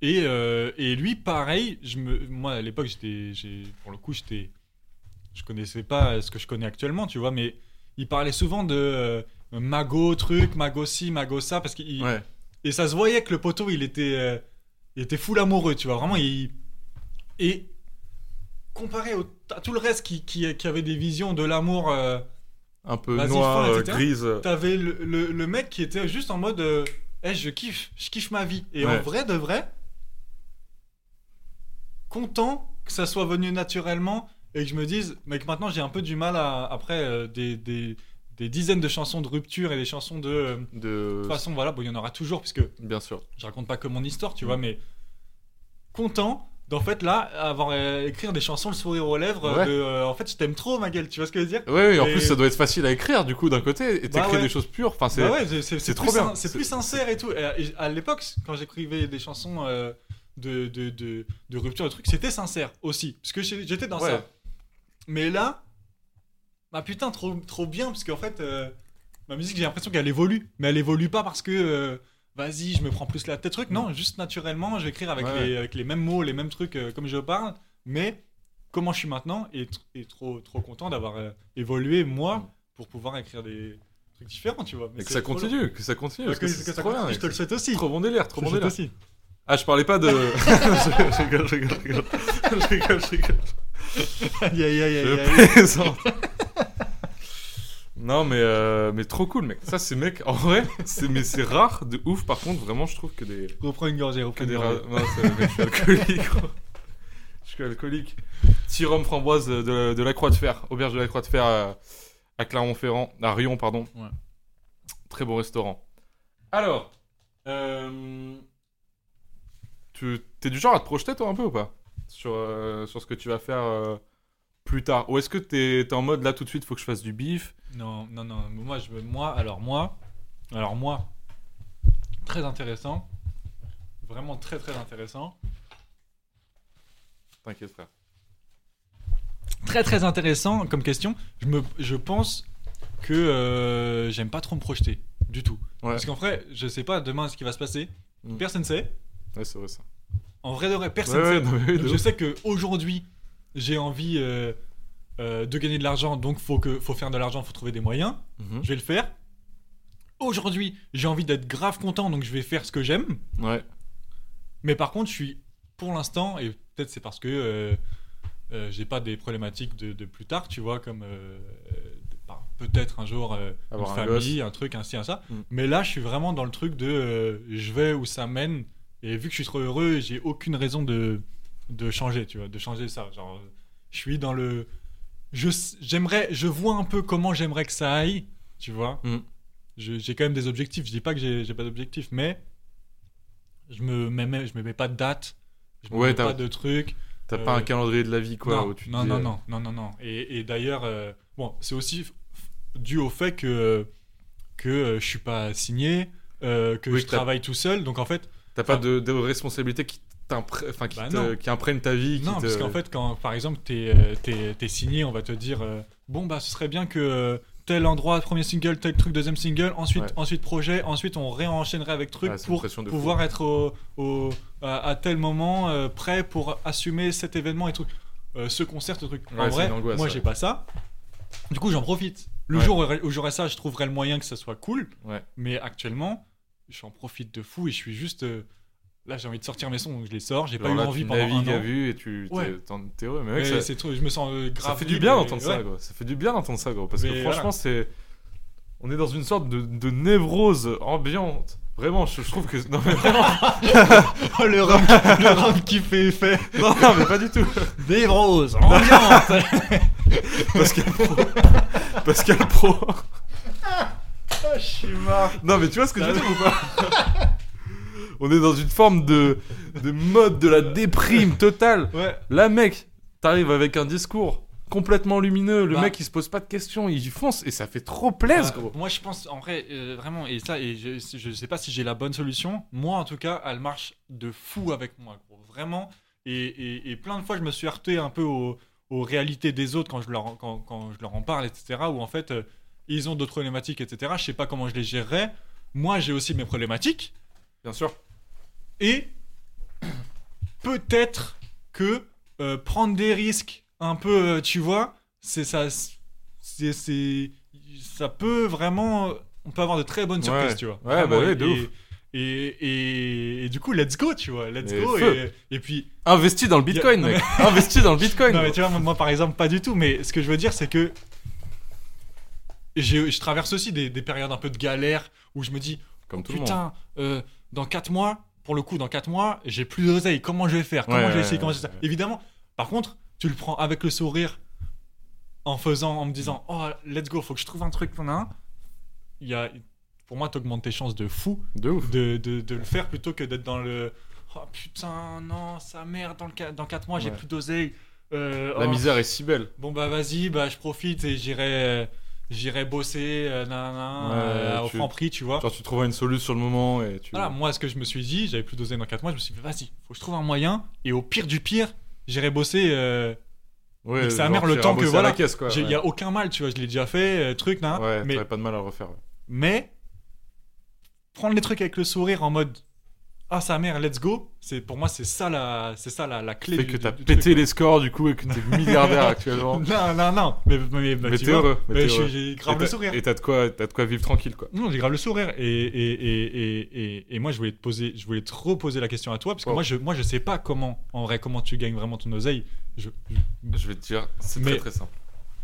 B: Et, euh, et lui, pareil, je me, moi à l'époque, j'étais, j'ai- pour le coup, j'étais, je connaissais pas ce que je connais actuellement, tu vois, mais il parlait souvent de euh, mago truc, mago ci, mago ça, parce qu'il
A: *laughs* Ouais.
B: et ça se voyait que le poteau, il était, euh, il était full amoureux, tu vois. Vraiment, il. Et comparé au- à tout le reste qui, qui, qui avait des visions de l'amour, euh,
A: Un peu
B: Vas-y,
A: noir,
B: fin,
A: euh,
B: etc.
A: grise. euh,
B: t'avais le, le, le mec qui était juste en mode euh, Eh, je kiffe, je kiffe ma vie. Et
A: Ouais.
B: en vrai, de vrai, content que ça soit venu naturellement et que je me dise, mais que maintenant j'ai un peu du mal à. Après euh, des, des, des dizaines de chansons de rupture et des chansons de. euh, de
A: de...
B: toute façon, voilà, bon, il y en aura toujours, puisque
A: Bien sûr.
B: je raconte pas que mon histoire, tu vois, mais content d'en fait là avoir euh, écrire des chansons le sourire aux lèvres euh,
A: Ouais.
B: de, euh, en fait je t'aime trop ma gueule, tu vois ce que je veux dire
A: Ouais, ouais, en
B: Et-
A: plus, ça doit être facile à écrire, du coup, d'un côté. Et
B: Bah
A: t'écris
B: ouais.
A: des choses pures. Enfin, c'est.
B: Bah ouais, c'est-
A: c'est
B: c'est c'est
A: trop
B: plus
A: bien.
B: sin- c'est plus
A: C'est-
B: sincère et tout. Et à, et à l'époque quand j'écrivais des chansons euh, de, de, de, de rupture de trucs, c'était sincère aussi parce que j'ai- j'étais dans
A: Ouais.
B: ça. Mais là bah putain trop trop bien parce qu'en fait euh, ma musique j'ai l'impression qu'elle évolue, mais elle évolue pas parce que euh, vas-y, je me prends plus la tête truc. Non, juste naturellement, je vais écrire avec,
A: Mm. Ouais.
B: les, avec les mêmes mots, les mêmes trucs euh, comme je parle, mais comment je suis maintenant et, tr- et trop trop content d'avoir euh, évolué
A: Mm.
B: moi pour pouvoir écrire des trucs différents, tu vois. Mais
A: Et que
B: c'est
A: ça
B: trop long.
A: continue, que ça continue.
B: Parce
A: parce
B: que,
A: c'est
B: que ça
A: trop bien,
B: continue,
A: mec.
B: je te le souhaite aussi.
A: Trop bon délire, trop
B: Je
A: bon
B: te le souhaite
A: délire.
B: aussi.
A: Ah, je parlais pas de. *laughs* je rigole, je rigole, je rigole. *laughs* Je rigole, je rigole.
B: Aïe, aïe, aïe, aïe, aïe.
A: Je plaisante. Non mais euh, mais trop cool mec. Ça c'est mec en vrai c'est mais c'est rare de ouf par contre vraiment je trouve que des
B: Reprends une gorgée,
A: que
B: reprends une
A: des
B: gorgée.
A: ra- non c'est- mec, je suis alcoolique. gros. Je suis alcoolique. Petit rhum framboise de, la- de la Croix de Fer, auberge de la Croix de Fer à, à Clermont-Ferrand, à Rion pardon.
B: Ouais.
A: Très beau restaurant. Alors euh, tu t'es du genre à te projeter toi un peu ou pas sur, euh, sur ce que tu vas faire euh, plus tard Ou est-ce que t'es es en mode là tout de suite faut que je fasse du bif
B: Non, non, non. mais Moi, je veux. Moi, alors moi. Alors moi. Très intéressant. Vraiment très, très intéressant.
A: T'inquiète frère.
B: très très intéressant comme question. Je, me, je pense que euh, j'aime pas trop me projeter du tout.
A: Ouais.
B: Parce qu'en vrai, je sais pas demain ce qui va se passer.
A: Mm.
B: Personne sait.
A: Ouais, c'est vrai
B: *laughs*
A: ça.
B: En vrai de vrai, personne
A: Ouais, ouais,
B: sait.
A: non, mais oui, de
B: je
A: ouf.
B: sais que aujourd'hui, j'ai envie euh, euh, de gagner de l'argent, donc faut que faut faire de l'argent, faut trouver des moyens.
A: Mhm.
B: Je vais le faire. Aujourd'hui, j'ai envie d'être grave content, donc je vais faire ce que j'aime.
A: Ouais.
B: Mais par contre, je suis pour l'instant, et peut-être c'est parce que euh, euh, j'ai pas des problématiques de, de plus tard, tu vois, comme euh, de- bah, peut-être un jour euh,
A: Avoir
B: une
A: un
B: famille, un truc, ainsi, un ça.
A: Mm.
B: Mais là, je suis vraiment dans le truc de euh, je vais où ça mène, et vu que je suis trop heureux, j'ai aucune raison de, de changer, tu vois, de changer ça. Genre, je suis dans le. Je, s- j'aimerais, je vois un peu comment j'aimerais que ça aille, tu vois.
A: Mm.
B: Je- J'ai quand même des objectifs, je dis pas que j'ai j'ai pas d'objectifs, mais je me mets, mets- je me mets pas de date, je me
A: Ouais,
B: mets
A: t'as-
B: pas de truc.
A: T'as
B: Euh,
A: pas un calendrier de la vie, quoi.
B: non,
A: où tu te
B: non,
A: dis,
B: non,
A: euh,
B: non, non, non, non. Et, et d'ailleurs, euh, bon, c'est aussi f- f- dû au fait que que euh, je suis pas signé, euh, que
A: Oui,
B: je
A: que t'as-
B: travaille tout seul, donc en fait,
A: T'as pas de, de responsabilité qui, t'imprè- enfin, qui,
B: Bah
A: te-
B: non.
A: qui imprègne ta vie. qui
B: Non,
A: te-
B: parce qu'en fait, quand par exemple, t'es euh, t'es- t'es signé, on va te dire euh, Bon, bah, ce serait bien que euh, tel endroit, premier single, tel truc, deuxième single, ensuite,
A: Ouais.
B: ensuite projet, ensuite on réenchaînerait avec truc
A: Ah, c'est une
B: pour
A: pression de
B: pouvoir être au, au- à, à tel moment euh, prêt pour assumer cet événement et tout. Euh, ce concert, ce truc.
A: Ouais,
B: en
A: c'est
B: vrai,
A: une angoisse,
B: moi,
A: ouais.
B: j'ai pas ça. Du coup, j'en profite. Le
A: Ouais.
B: jour où- où j'aurai ça, je trouverai le moyen que ça soit cool.
A: Ouais.
B: Mais actuellement, j'en profite de fou et je suis juste. euh, Là, j'ai envie de sortir mes sons, donc je les sors. J'ai pas
A: Genre
B: eu
A: là,
B: envie
A: tu
B: pendant un
A: navigues à
B: an.
A: vue et tu t'es-
B: Ouais.
A: t'en- t'es heureux. Mais,
B: Ouais,
A: mec, ça,
B: c'est trop, je me sens euh,
A: ça
B: grave.
A: fait du
B: libre
A: bien
B: et-
A: d'entendre ça,
B: ouais.
A: quoi. Ça fait du bien d'entendre ça, gros. Parce que
B: Mais
A: franchement,
B: voilà.
A: c'est. On est dans une sorte de, de névrose ambiante. Vraiment, je, je trouve que. Non mais, *laughs*
B: Oh, le rhum, *laughs* le rhum qui fait effet.
A: non, non, mais pas du tout.
B: Des roses, ambiance.
A: Pascal Pro. *laughs* Pascal Pro.
B: je suis mort.
A: Non, mais tu vois ce que je veux dire ou pas On est dans une forme de, de mode de la déprime totale.
B: Ouais.
A: Là, mec, t'arrives avec un discours complètement lumineux. Le
B: Bah.
A: mec, il se pose pas de questions, il fonce et ça fait trop plaisir,
B: Bah,
A: gros.
B: moi, je pense, en vrai, euh, vraiment, et ça, et je, je sais pas si j'ai la bonne solution. Moi, en tout cas, elle marche de fou avec moi, gros. Vraiment. Et, et- et plein de fois, je me suis heurté un peu au- aux réalités des autres quand je leur, en- quand, quand je leur en parle, etc. Où en fait, euh, ils ont d'autres problématiques, etc. Je sais pas comment je les gérerais. Moi, j'ai aussi mes problématiques.
A: Bien sûr.
B: Et peut-être que euh, prendre des risques un peu, euh, tu vois, c'est ça, c'est, c'est- ça peut vraiment, on peut avoir de très bonnes surprises,
A: Ouais.
B: tu vois.
A: Ouais,
B: Vraiment,
A: bah ouais,
B: et-
A: de ouf.
B: Et, et, et du coup, let's go, tu vois, let's
A: Mais
B: go.
A: feu.
B: Et, et puis,
A: Investi dans le
B: Y a-
A: bitcoin,
B: non,
A: mec. Investi dans le bitcoin.
B: non, mais
A: gros.
B: tu vois, moi, par exemple, pas du tout, mais ce que je veux dire, c'est que j'ai- je traverse aussi des, des périodes un peu de galère où je me dis,
A: Comme tout le monde.
B: Putain, euh, dans 4 mois, pour le coup, dans 4 mois, j'ai plus d'oseille. Comment je vais faire Comment
A: Ouais,
B: je vais
A: ouais,
B: essayer Comment
A: ouais,
B: je vais faire
A: ouais.
B: Évidemment, par contre, tu le prends avec le sourire en faisant, en me disant
A: Mm.
B: Oh, let's go, faut que je trouve un truc, a un. Il y a, pour moi, t'augmentes tes chances de fou
A: De ouf.
B: de, de- de le faire plutôt que d'être dans le Oh putain, non, sa mère, dans, le, ca- dans 4 mois, j'ai
A: Ouais.
B: plus d'oseille. Euh,
A: La
B: oh,
A: misère est si belle.
B: Bon, bah vas-y, bah je profite et j'irai. euh, J'irai bosser, euh, nanana,
A: Ouais,
B: euh, au
A: tu-
B: Franprix, tu vois.
A: Genre, tu trouveras une solution sur le moment et tu.
B: Voilà, moi, ce que je me suis dit, j'avais plus d'oseille dans 4 mois, je me suis dit, vas-y, faut que je trouve un moyen, et au pire du pire, j'irai bosser. euh,
A: Ouais,
B: et que ça
A: genre,
B: merde le
A: tu
B: temps
A: iras
B: que
A: bosser à
B: voilà,
A: la caisse, quoi.
B: j'ai- Il
A: ouais.
B: y a aucun mal, tu vois, je l'ai déjà fait, euh, truc, nan,
A: Ouais,
B: mais,
A: t'aurais pas de mal à le refaire. ouais.
B: mais prendre les trucs avec le sourire en mode, ah sa mère, let's go, c'est pour moi, c'est ça la, c'est ça la, la clé.
A: Fait
B: du-
A: que
B: du-
A: t'as
B: du
A: pété
B: truc.
A: les scores du coup et que
B: *laughs*
A: t'es milliardaire actuellement.
B: Non, non, non, mais, mais, bah,
A: mais
B: tu
A: t'es
B: vois,
A: heureux. mais
B: mais
A: t'es
B: je
A: heureux.
B: suis- j'ai
A: euh, Et
B: grave le
A: t'as-
B: sourire.
A: Et t'as de quoi, t'as de quoi vivre tranquille quoi.
B: Non, j'ai grave le sourire. Et, et, et, et, et, et moi, je voulais te poser, je voulais te reposer la question à toi, parce que
A: Oh.
B: moi, je, moi, je sais pas comment, en vrai, comment tu gagnes vraiment ton oseille, je, je-
A: Je vais te dire, c'est
B: Mais-
A: très très simple.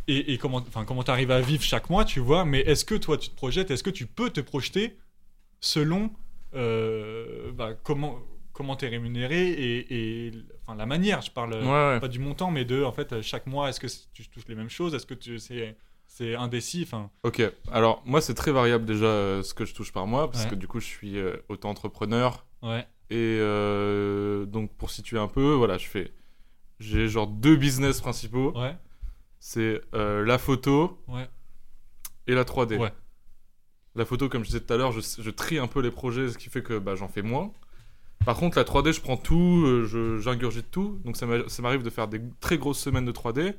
B: et, et comment, enfin, comment t'arrives à vivre chaque mois, tu vois. Mais est-ce que toi, tu te projettes, est-ce que tu peux te projeter selon euh, bah, comment, comment t'es rémunéré et, et, enfin, la manière. Je parle euh,
A: ouais.
B: pas du montant, mais de, en fait, chaque mois, est-ce que c'est- tu touches les mêmes choses, est-ce que tu, c'est, c'est indécis, enfin,
A: Ok. Alors moi c'est très variable déjà euh, ce que je touche par mois parce
B: Ouais.
A: que du coup je suis euh, auto-entrepreneur
B: ouais,
A: et euh, donc pour situer un peu, voilà, je fais, j'ai genre deux business principaux.
B: ouais,
A: C'est euh, la photo
B: ouais,
A: et la 3D.
B: Ouais.
A: La photo, comme je disais tout à l'heure, je, je trie un peu les projets, ce qui fait que bah, j'en fais moins. Par contre, la 3D, je prends tout, euh, je- j'ingurgite tout. Donc ça m'a- ça m'arrive de faire des très grosses semaines de 3D.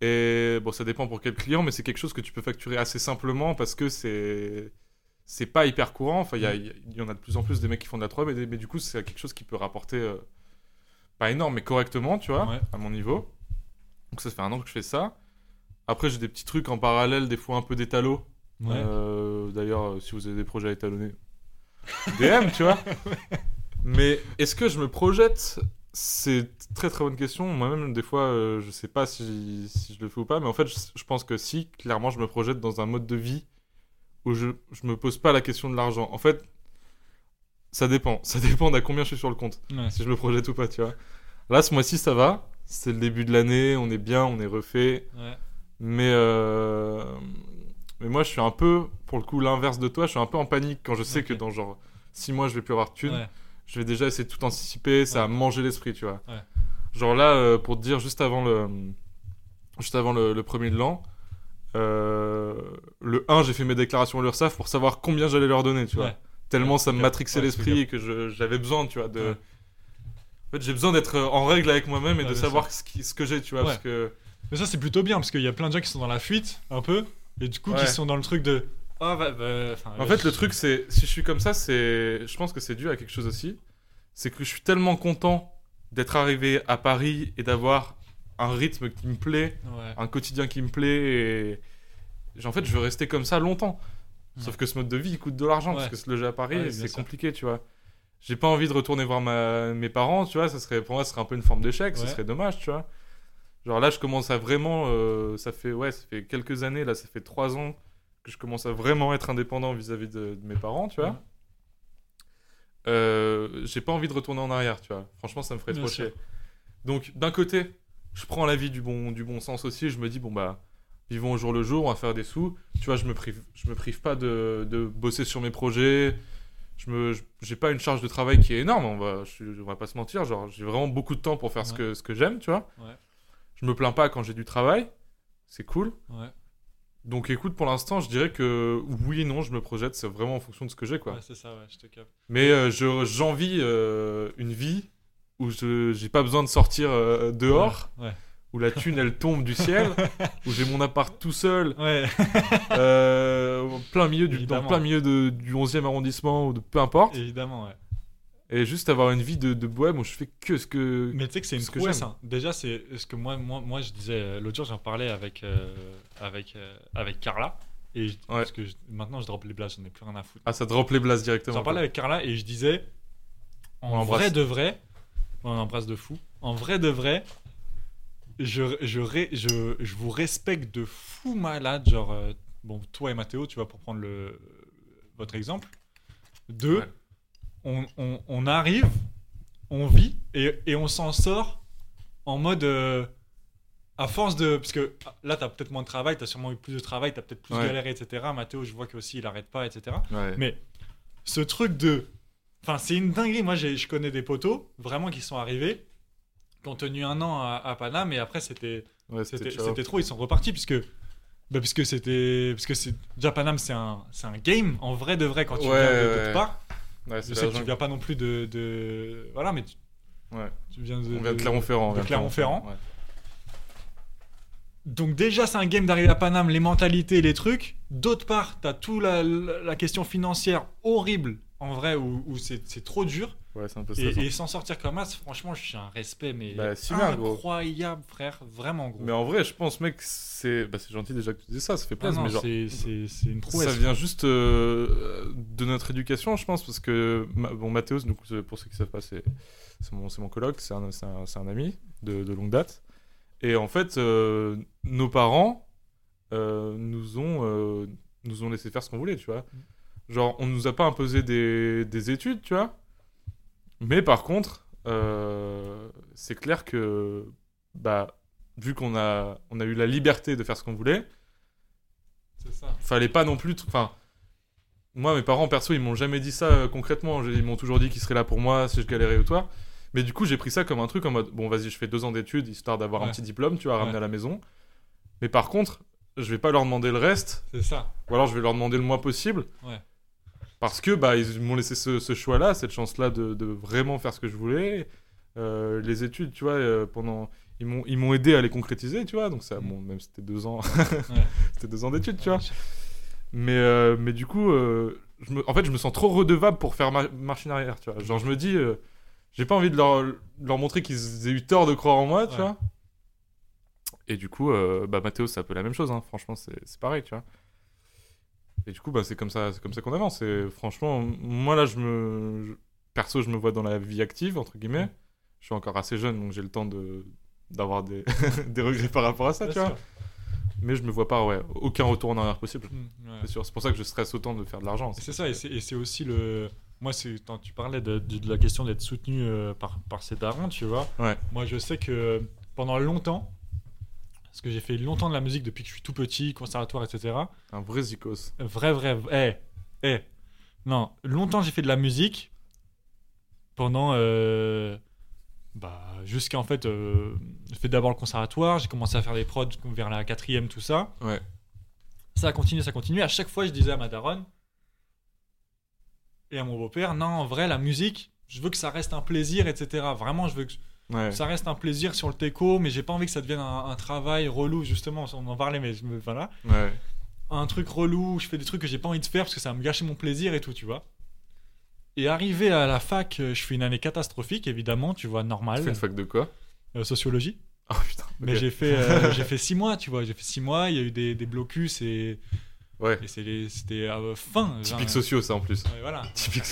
A: Et bon, ça dépend pour quel client, mais c'est quelque chose que tu peux facturer assez simplement parce que c'est c'est pas hyper courant. Enfin, il y, a-
B: Mm.
A: il y a- il y en a de plus en plus des mecs qui font de la 3 mais, des- mais du coup, c'est quelque chose qui peut rapporter euh, pas énorme, mais correctement, tu vois,
B: Ouais.
A: à mon niveau. Donc ça fait un an que je fais ça. Après, j'ai des petits trucs en parallèle, des fois un peu d'étalo.
B: Ouais.
A: Euh, D'ailleurs, euh, si vous avez des projets à étalonner, *laughs* DM, tu vois. Mais est-ce que je me projette C'est une très très bonne question. Moi-même, des fois, euh, je sais pas si, si je le fais ou pas, mais en fait, je, je pense que si, clairement, je me projette dans un mode de vie où je, je me pose pas la question de l'argent. En fait, ça dépend. Ça dépend d'à combien je suis sur le compte, *laughs*
B: Ouais.
A: si je me projette ou pas, tu vois. Là, ce mois-ci, ça va. C'est le début de l'année, on est bien, on est refait.
C: Ouais.
A: Mais, euh, mais moi, je suis un peu, pour le coup, l'inverse de toi. Je suis un peu en panique quand je sais
C: Ok.
A: que dans genre 6 mois, je vais plus avoir de thunes.
C: Ouais.
A: Je vais déjà essayer de tout anticiper. Ça
C: Ouais.
A: a mangé l'esprit, tu vois.
C: Ouais.
A: Genre là, euh, pour te dire, juste avant le, euh, juste avant le, le premier de l'an, euh, le 1, j'ai fait mes déclarations à l'URSSAF pour savoir combien j'allais leur donner, tu vois.
C: Ouais.
A: Tellement ça me
B: Ouais,
A: matrixait
B: ouais,
A: l'esprit
B: c'est
A: et que je- j'avais besoin, tu vois, de.
C: Ouais.
A: En fait, j'ai besoin d'être en règle avec moi-même et
B: Ouais,
A: de
B: bien
A: savoir ce, qui- ce que j'ai, tu vois,
B: Ouais.
A: parce que.
B: Mais ça, c'est plutôt bien parce qu'il y a plein de gens qui sont dans la fuite, un peu, et du coup,
A: Ouais.
B: qui sont dans le truc de. Ah, bah, bah, enfin,
A: En
B: euh,
A: fait,
B: je-
A: le truc, c'est si je suis comme ça, c'est, je pense que c'est dû à quelque chose aussi. C'est que je suis tellement content d'être arrivé à Paris et d'avoir un rythme qui me plaît,
B: Ouais.
A: un quotidien qui me plaît. Et... j'ai- En fait, je veux rester comme ça longtemps. Sauf que ce mode de vie, il coûte de l'argent parce
B: Ouais.
A: que se loger à Paris,
B: Ouais, bien
A: c'est
B: sûr.
A: compliqué, tu vois. J'ai pas envie de retourner voir ma- mes parents, tu vois. Ça serait, pour moi, ce serait un peu une forme d'échec. Ce
B: Ouais.
A: serait dommage, tu vois. Genre là, je commence à vraiment. euh, ça fait ouais, ça fait quelques années là, ça fait trois ans que je commence à vraiment être indépendant vis-à-vis de, de mes parents, tu vois.
B: Mhm.
A: Euh, j'ai pas envie de retourner en arrière, tu vois. Franchement, ça me ferait
B: Bien
A: trop
B: sûr.
A: chier. Donc, d'un côté, je prends l'avis du bon, du bon sens aussi. Je me dis, bon, bah, vivons au jour le jour, on va faire des sous. Tu vois, je me prive, je me prive pas de, de bosser sur mes projets. Je me, je- j'ai pas une charge de travail qui est énorme. On va, je, suis- on va pas se mentir. Genre, j'ai vraiment beaucoup de temps pour faire ce
B: Ouais.
A: que, ce que j'aime, tu vois.
B: Ouais.
A: Je me plains pas quand j'ai du travail. C'est cool.
B: Ouais.
A: Donc, écoute, pour l'instant, je dirais que oui et non, je me projette. C'est vraiment en fonction de ce que j'ai, quoi.
B: Ouais, c'est ça, ouais, je te capte.
A: Mais euh, je- j'envie euh, une vie où je j'ai pas besoin de sortir euh, dehors,
B: Ouais.
A: où la thune elle tombe du
B: *laughs*
A: ciel, où j'ai mon appart tout seul,
B: Ouais. *laughs*
A: euh, au plein milieu du, dans
B: Évidemment.
A: le plein milieu de- du 11e arrondissement ou de peu importe,
B: Évidemment, ouais.
A: et juste avoir une vie de, de bohème où je fais que ce que.
B: Mais tu sais que c'est une
A: Ce que
B: prouesse.
A: j'aime.
B: hein. Déjà, c'est ce que moi, moi, moi je disais euh, l'autre jour, j'en parlais avec, euh, avec, euh, avec Carla. Et je- Parce que je- maintenant, je drop les blagues, j'en ai plus rien à foutre.
A: Ah, ça drop les blases directement.
B: j'en parlais avec Carla et je disais
A: On
B: en
A: l'embrasse.
B: vrai de vrai, on embrasse de fou. En vrai de vrai, je, je, ré- je, je vous respecte de fou malade. Genre, euh, bon, toi et Mathéo, tu vas pour prendre le, votre exemple. Deux,
A: Ouais.
B: on, on- on arrive, on vit et, et on s'en sort en mode. euh, à force de. Parce que là, t'as peut-être moins de travail, t'as sûrement eu plus de travail, t'as peut-être plus
A: Ouais.
B: de galéré, etc. Mathéo, je vois qu'aussi, il arrête pas, etc
A: Ouais.
B: ce truc de. Enfin, c'est une dinguerie. Moi, j'ai- je connais des poteaux vraiment qui sont arrivés, qui ont tenu un an à, à Paname, et après, c'était
A: Ouais,
B: c'était-
A: c'était chaud.
B: c'était trop. Ils sont repartis, puisque. Bah, parce que c'était. Parce que c'est- déjà, Paname, c'est un, c'est un game, en vrai de vrai, quand tu
A: Ouais,
B: viens de
A: ouais,
B: d'autre
A: ouais.
B: part.
A: Ouais, c'est la
B: Je sais que tu
A: jungle.
B: viens pas non plus de. de- voilà, mais tu.
A: Ouais.
B: Tu viens de.
A: On vient de Clermont-Ferrand. on
B: de
A: vient
B: Clermont-Ferrand.
A: Ouais.
B: Donc déjà, c'est un game d'arriver à Paname, les mentalités, les trucs. D'autre part, t'as tout la, la, la question financière horrible, en vrai, où, où c'est c'est trop dur.
A: Ouais, c'est un peu stressant.
B: Et, et s'en sortir comme as, franchement, j'ai un respect, mais
A: Bah, si bien, gros.
B: incroyable, frère. Vraiment, gros.
A: Mais en vrai, je pense, mec, c'est bah, c'est gentil déjà que tu dis ça, ça fait
B: Ah
A: plaisir.
B: non,
A: mais genre,
B: c'est c'est- c'est une prouesse.
A: Ça vient juste euh, de notre éducation, je pense, parce que ma- bon, Mathéos, donc, euh, pour ceux qui ne savent pas, c'est c'est mon, c'est mon coloc, c'est un, c'est un- c'est un ami de, de longue date. Et en fait, euh, nos parents euh, nous, ont, euh, nous ont laissé faire ce qu'on voulait, tu vois. Genre, on nous a pas imposé des, des études, tu vois. Mais par contre, euh, c'est clair que, bah, vu qu'on a, on a eu la liberté de faire ce qu'on voulait,
B: C'est ça.
A: fallait pas non plus. t- Enfin, moi, mes parents perso, ils m'ont jamais dit ça euh, concrètement. J'ai- Ils m'ont toujours dit qu'ils seraient là pour moi si je galérais ou toi. Mais du coup, j'ai pris ça comme un truc en mode bon, vas-y, je fais deux ans d'études histoire d'avoir un
B: Ouais.
A: petit diplôme, tu vois, à ramener
B: Ouais.
A: à la maison. Mais par contre, je vais pas leur demander le reste,
B: C'est ça.
A: ou alors je vais leur demander le moins possible.
B: Ouais.
A: Parce que bah ils m'ont laissé ce, ce choix-là, cette chance-là de, de vraiment faire ce que je voulais. Euh, les études, tu vois, euh, pendant ils m'ont ils m'ont aidé à les concrétiser, tu vois. Donc ça, bon, même c'était deux ans, c'était deux ans d'études, tu vois. Mais euh, mais du coup, euh, je me- en fait, je me sens trop redevable pour faire ma marche en arrière, tu vois. Genre, je me dis, euh, j'ai pas envie de leur, de leur montrer qu'ils aient eu tort de croire en moi, tu
B: Ouais.
A: vois. Et du coup, euh, bah Mathéo, c'est un peu la même chose, hein. franchement, c'est c'est pareil, tu vois. Et du coup, bah, c'est comme ça, c'est comme ça qu'on avance. Et franchement, moi là, je me, je- perso, je me vois dans la vie active entre guillemets. Je suis encore assez jeune, donc j'ai le temps de d'avoir des, *laughs* des regrets par rapport à ça, tu vois. Mais je me vois pas, ouais, aucun retour en arrière possible. C'est sûr, c'est pour ça que je stresse autant de faire de l'argent.
B: Hum, C'est
A: c'est-
B: ça, et c'est- et c'est aussi le. Moi, c'est.
C: Quand tu parlais de, de- de la question d'être soutenu euh, par, par ses darons, tu vois.
B: Moi, je sais que pendant longtemps, parce que j'ai fait longtemps de la musique depuis que je suis tout petit, conservatoire, etc.
A: un vrai zikos.
B: Vrai, vrai, vrai. Eh, eh. Non, longtemps j'ai fait de la musique pendant. euh, bah, jusqu'à en fait. euh, j'ai fait d'abord le conservatoire, j'ai commencé à faire des prods vers la quatrième, tout ça.
A: Ouais.
B: Ça a continué, ça a continué. À chaque fois, je disais à ma daronne et à mon beau-père non, en vrai, la musique, je veux que ça reste un plaisir, etc. Vraiment, je veux que
A: Ouais.
B: ça reste un plaisir sur le teco, mais j'ai pas envie que ça devienne un, un travail relou, justement. On en parlait, mais je me- voilà
A: ouais.
B: un truc relou, je fais des trucs que j'ai pas envie de faire parce que ça va me gâcher mon plaisir et tout, tu vois. Et arrivé à la fac, euh, je fais une année catastrophique, évidemment, tu vois,
A: Tu fais
B: normal,
A: une fac de quoi
B: euh, sociologie.
A: Oh putain.
B: Mais
A: ok.
B: j'ai fait,
A: *laughs*
B: euh, j'ai fait six mois, tu vois, j'ai fait six mois, il y a eu des, des blocus et,
A: Ouais.
B: et c'est les- c'était euh, fin. genre,
A: Typique sociaux, ça en plus. *laughs*
B: ouais, voilà.
A: Typique.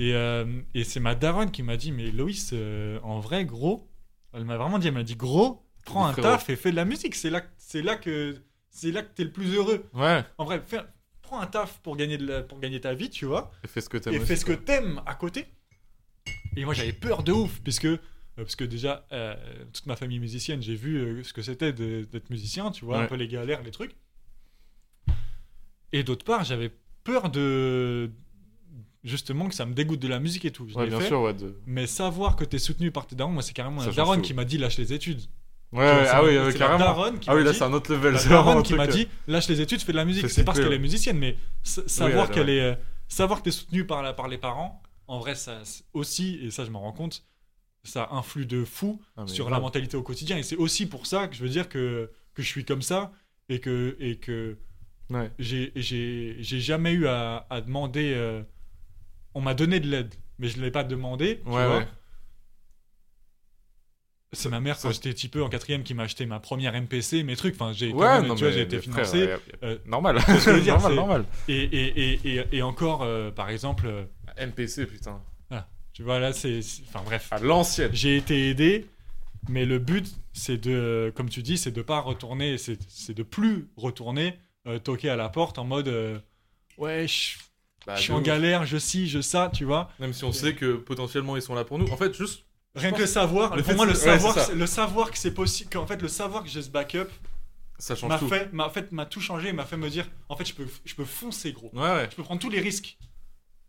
B: Et, euh, et c'est ma daronne qui m'a dit, mais Loïs, euh, en vrai, gros, elle m'a vraiment dit, elle m'a dit, gros, prends
A: Oui,
B: un
A: frérot.
B: taf et fais de la musique, c'est là, c'est là que, c'est là que t'es le plus heureux.
A: Ouais.
B: En vrai, fais- prends un taf pour gagner, de la- pour gagner ta vie, tu vois,
A: Et fais ce que t'aimes.
B: et
A: aussi,
B: fais ce que
A: quoi.
B: t'aimes à côté. Et moi, j'avais peur de ouf, puisque, euh, parce que déjà, euh, toute ma famille musicienne, j'ai vu euh, ce que c'était de- d'être musicien, tu vois, un
A: Ouais.
B: peu les galères, les trucs. Et d'autre part, j'avais peur de. Justement, que ça me dégoûte de la musique et tout. Je
A: Ouais,
B: l'ai
A: bien
B: fait.
A: sûr, ouais. de-
B: Mais savoir que t'es soutenu par tes darons, moi, c'est carrément
A: Ça
B: la
A: change
B: daronne
A: tout.
B: qui m'a dit lâche les études.
A: Ouais,
B: Tu vois,
A: ouais,
B: c'est
A: ah
B: la-
A: oui,
B: c'est
A: ouais,
B: la
A: carrément.
B: daronne qui
A: Ah
B: m'a
A: oui, là,
B: dit-
A: c'est un autre level.
B: la
A: C'est vraiment
B: daronne
A: un
B: qui m'a
A: truc, euh,
B: dit lâche les études, fais de la musique.
A: C'est
B: C'est parce
A: stylé,
B: qu'elle est
A: ouais.
B: musicienne, mais sa- savoir
A: elle,
B: qu'elle est, euh, savoir que t'es soutenu par la, par les parents, en vrai, ça c'est aussi, et ça je m'en rends compte, ça influe de fou
A: ah, mais
B: sur la
A: grave.
B: mentalité au quotidien. Et c'est aussi pour ça que je veux dire que que je suis comme ça et que et que
A: Ouais.
B: j'ai j'ai j'ai jamais eu à, à demander. euh, on m'a donné de l'aide, mais je l'ai pas demandé. tu
A: Ouais,
B: vois.
A: ouais.
B: C'est ma mère quand
A: ça-
B: j'étais petit peu en quatrième qui m'a acheté ma première MPC, mes trucs. Enfin, j'ai quand
A: Ouais,
B: même,
A: non,
B: tu vois,
A: mais
B: j'ai été
A: mais frère,
B: financé.
A: ouais,
B: Euh,
A: *laughs* Normal.
B: ce que je veux dire,
A: Normal,
B: c'est-
A: normal.
B: Et, et, et, et, et encore, euh, par exemple, euh,
A: MPC, putain.
B: tu vois, là, c'est. c'est- Enfin, bref.
A: À l'ancienne.
B: J'ai été aidé, mais le but, c'est de. euh, Comme tu dis, c'est de pas retourner, c'est c'est de plus retourner, euh, toquer à la porte en mode. euh, ouais, je
A: Bah,
B: je suis
A: de
B: en
A: ouf.
B: galère, je ci, je ça, tu vois.
A: Même si on sait que potentiellement ils sont là pour nous. En fait, juste.
B: Rien
A: Je
B: que le savoir,
A: le
B: pour
A: fait
B: moi,
A: de-
B: le
A: ouais, c'est
B: savoir,
A: ça.
B: c'est- le savoir que c'est possible, qu'en fait, le savoir que j'ai ce backup
A: Ça change
B: m'a
A: tout.
B: fait, m'a fait, m'a tout changé, m'a fait me dire, en fait, je peux, je peux foncer, gros.
A: Ouais, ouais.
B: Je peux prendre tous les risques.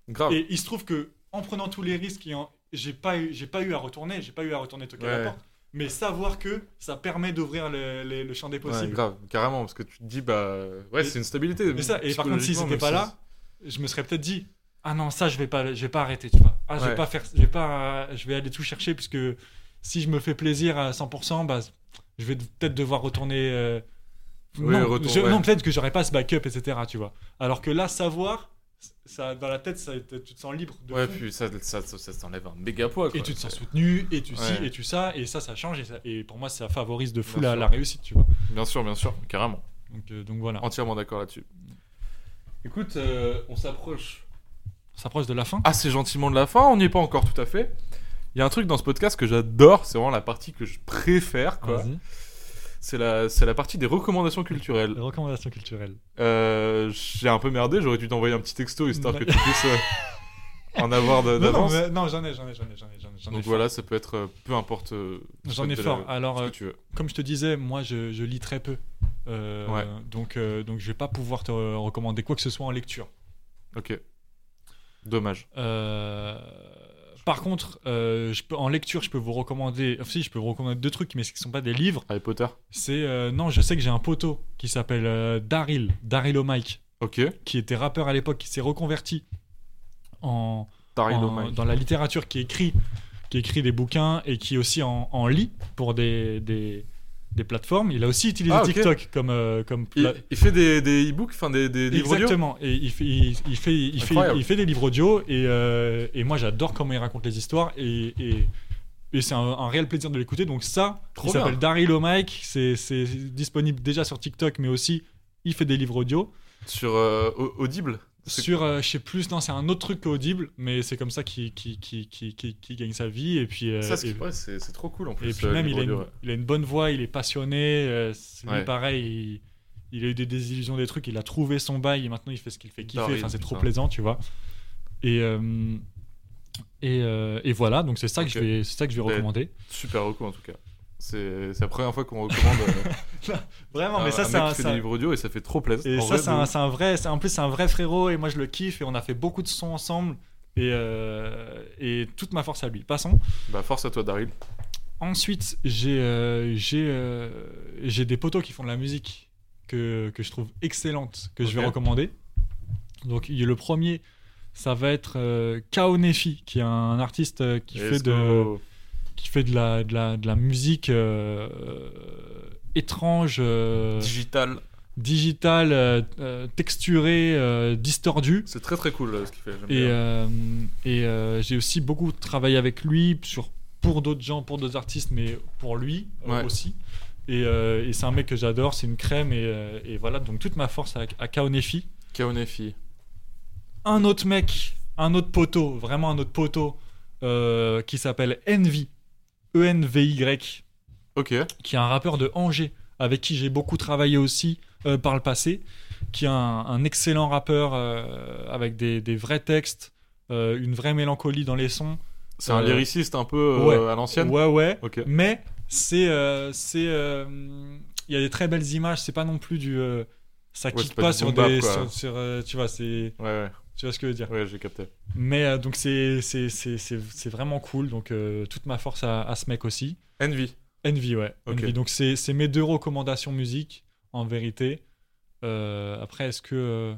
A: Grave.
B: Et il se trouve que en prenant tous les risques, et en- j'ai pas eu, j'ai pas eu à retourner, j'ai pas eu à retourner toquer à
A: Ouais.
B: la porte. Mais savoir que ça permet d'ouvrir le, le- le champ des
A: Ouais,
B: possibles.
A: grave, carrément, parce que tu te dis, bah. Ouais,
B: Et-
A: c'est une stabilité.
B: et ça, et par contre, si
A: psychologiquement,
B: c'était
A: même
B: pas
A: si-
B: là, je me serais peut-être dit, ah non, ça je vais pas, je vais pas arrêter, tu vois. Ah, je
A: Ouais.
B: vais pas faire, je vais pas, je vais aller tout chercher puisque si je me fais plaisir à 100%, bah, je vais peut-être devoir retourner. euh,
A: Oui,
B: non,
A: retour,
B: je-
A: ouais.
B: non, peut-être que j'aurais pas ce backup, etc. Tu vois. Alors que là, savoir, ça dans la tête, ça, tu te sens libre. De
A: Ouais,
B: fou.
A: puis ça, ça, ça, ça t'enlève un méga poids, quoi.
B: Et tu te sens soutenu, et tu ci,
A: Ouais.
B: et tu ça, et ça, ça change, et, ça- et pour moi, ça favorise de fou
A: Bien
B: la,
A: sûr.
B: la réussite, tu vois.
A: Bien sûr, bien sûr, carrément.
B: Donc, euh, donc voilà.
A: Entièrement d'accord là-dessus. Écoute, euh, on s'approche
B: On s'approche de la fin.
A: assez gentiment de la fin, on n'y est pas encore tout à fait. Il y a un truc dans ce podcast que j'adore, c'est vraiment la partie que je préfère, Ah, quoi.
B: Vas-y.
A: C'est la, c'est la partie des recommandations culturelles.
B: Les recommandations culturelles.
A: Euh, j'ai un peu merdé, j'aurais dû t'envoyer un petit texto histoire que tu puisses euh, en avoir de-
B: *laughs* Non, non,
A: d'avance.
B: mais- non, j'en ai, j'en ai, j'en ai, j'en ai, j'en ai, j'en ai
A: Donc
B: fort.
A: voilà, ça peut être euh, peu importe. euh,
B: J'en
A: peut-être
B: ai
A: de la-
B: fort. Alors,
A: ce
B: euh,
A: que tu veux.
B: comme je te disais, moi, je, je lis très peu. Euh,
A: Ouais.
B: donc, euh, donc, je vais pas pouvoir te euh, recommander quoi que ce soit en lecture.
A: Ok. Dommage.
B: Euh, par contre, euh, je peux, en lecture, je peux vous recommander. Enfin, si, je peux vous recommander deux trucs, mais ce ne sont pas des livres.
A: Harry Potter.
B: C'est. euh, non, je sais que j'ai un poteau qui s'appelle euh, Daryl, Daryl O'Mike.
A: Ok.
B: qui était rappeur à l'époque, qui s'est reconverti en,
A: Daryl
B: en-
A: O'Mike.
B: dans la littérature, qui écrit, qui écrit des bouquins et qui aussi en, en lit pour des, des, des plateformes. Il a aussi utilisé
A: Ah, ok.
B: TikTok comme, euh, comme pla-
A: Il, il fait des, des e-books, enfin des, des livres audio.
B: Exactement. Et il fait, il, il fait, il fait,
A: Incroyable.
B: il fait des livres audio et, euh, et moi j'adore comment il raconte les histoires et, et, et c'est un, un réel plaisir de l'écouter. Donc ça,
A: Trop
B: il
A: bien.
B: s'appelle Daryl O'Mike. C'est c'est disponible déjà sur TikTok, mais aussi il fait des livres audio
A: Sur euh, Au- Audible. C'est-
B: sur euh, je sais plus non c'est un autre truc qu'audible mais c'est comme ça qu'il qui, qui, qui, qui, gagne sa vie et puis euh,
A: Ça, c'est
B: et-
A: ouais, c'est- c'est trop cool en plus.
B: et puis
A: euh,
B: même, il
A: livre
B: a, une,
A: audio, ouais.
B: il a une bonne voix, il est passionné. euh, c'est- lui,
A: Ouais.
B: pareil, il, il a eu des désillusions, des trucs, il a trouvé son bail, et maintenant il fait ce qu'il fait kiffer.
A: Daryl,
B: Enfin, c'est trop
A: putain.
B: plaisant, tu vois. Et, euh, et, euh, et voilà, donc c'est ça, que
A: Ok.
B: je vais- c'est ça que je vais
A: Ben,
B: recommander.
A: Super recours en tout cas. C'est c'est la première fois qu'on recommande
B: *laughs*
A: euh,
B: Vraiment,
A: un,
B: mais ça,
A: un
B: c'est
A: mec
B: Ah, un.
A: qui fait
B: ça-
A: des livres audio et ça fait trop plaisir.
B: Et
A: En
B: ça,
A: vrai,
B: c'est
A: de
B: un,
A: ouf.
B: c'est un vrai. c'est- En plus, c'est un vrai frérot, et moi je le kiffe, et on a fait beaucoup de sons ensemble. Et, euh, et toute ma force à lui. Passons.
A: Bah, force à toi, Daryl.
B: Ensuite, j'ai euh, j'ai euh, j'ai des potos qui font de la musique que, que je trouve excellente, que je vais
A: Ok.
B: recommander. Donc, il y a le premier, ça va être euh, Kao Nefi, qui est un artiste euh, qui,
A: Let's
B: fait de,
A: go.
B: qui fait de la, de la, de la musique euh, étrange, euh,
A: Digital.
B: digitale, euh, euh, texturée, euh, distordue.
A: C'est très très cool euh, ce qu'il fait. j'aime
B: Et,
A: bien.
B: euh, et euh, j'ai aussi beaucoup travaillé avec lui sur, pour d'autres gens, pour d'autres artistes, mais pour lui euh,
A: Ouais.
B: aussi. Et, euh, et c'est un mec que j'adore, c'est une crème. Et, euh, et voilà, donc toute ma force à, à Kaonefi.
A: Kaonefi.
B: Un autre mec, un autre poteau, vraiment un autre poteau, euh, qui s'appelle Envy, E E-N-V-Y,
A: Ok.
B: qui est un rappeur de Angers, avec qui j'ai beaucoup travaillé aussi euh, par le passé, qui est un, un excellent rappeur euh, avec des, des vrais textes, euh, une vraie mélancolie dans les sons.
A: C'est un
B: Euh,
A: lyriciste un peu euh, à l'ancienne.
B: Ouais, ouais.
A: Ok.
B: Mais c'est. euh, c'est, euh, Il y a des très belles images, c'est pas non plus du. euh, ça
A: Ouais,
B: kick
A: c'est
B: pas,
A: pas du
B: sur
A: boom bap,
B: des.
A: quoi.
B: sur- sur, euh, tu vois, c'est.
A: Ouais,
B: Tu vois ce que je veux dire.
A: ouais, ouais j'ai capté.
B: Mais euh, donc c'est c'est- c'est- c'est- c'est vraiment cool. Donc euh, toute ma force à, à ce mec aussi.
A: Envy.
B: Envy, ouais.
A: Ok.
B: Envy. Donc c'est c'est mes deux recommandations musique, en vérité. Euh, après, est-ce que. euh,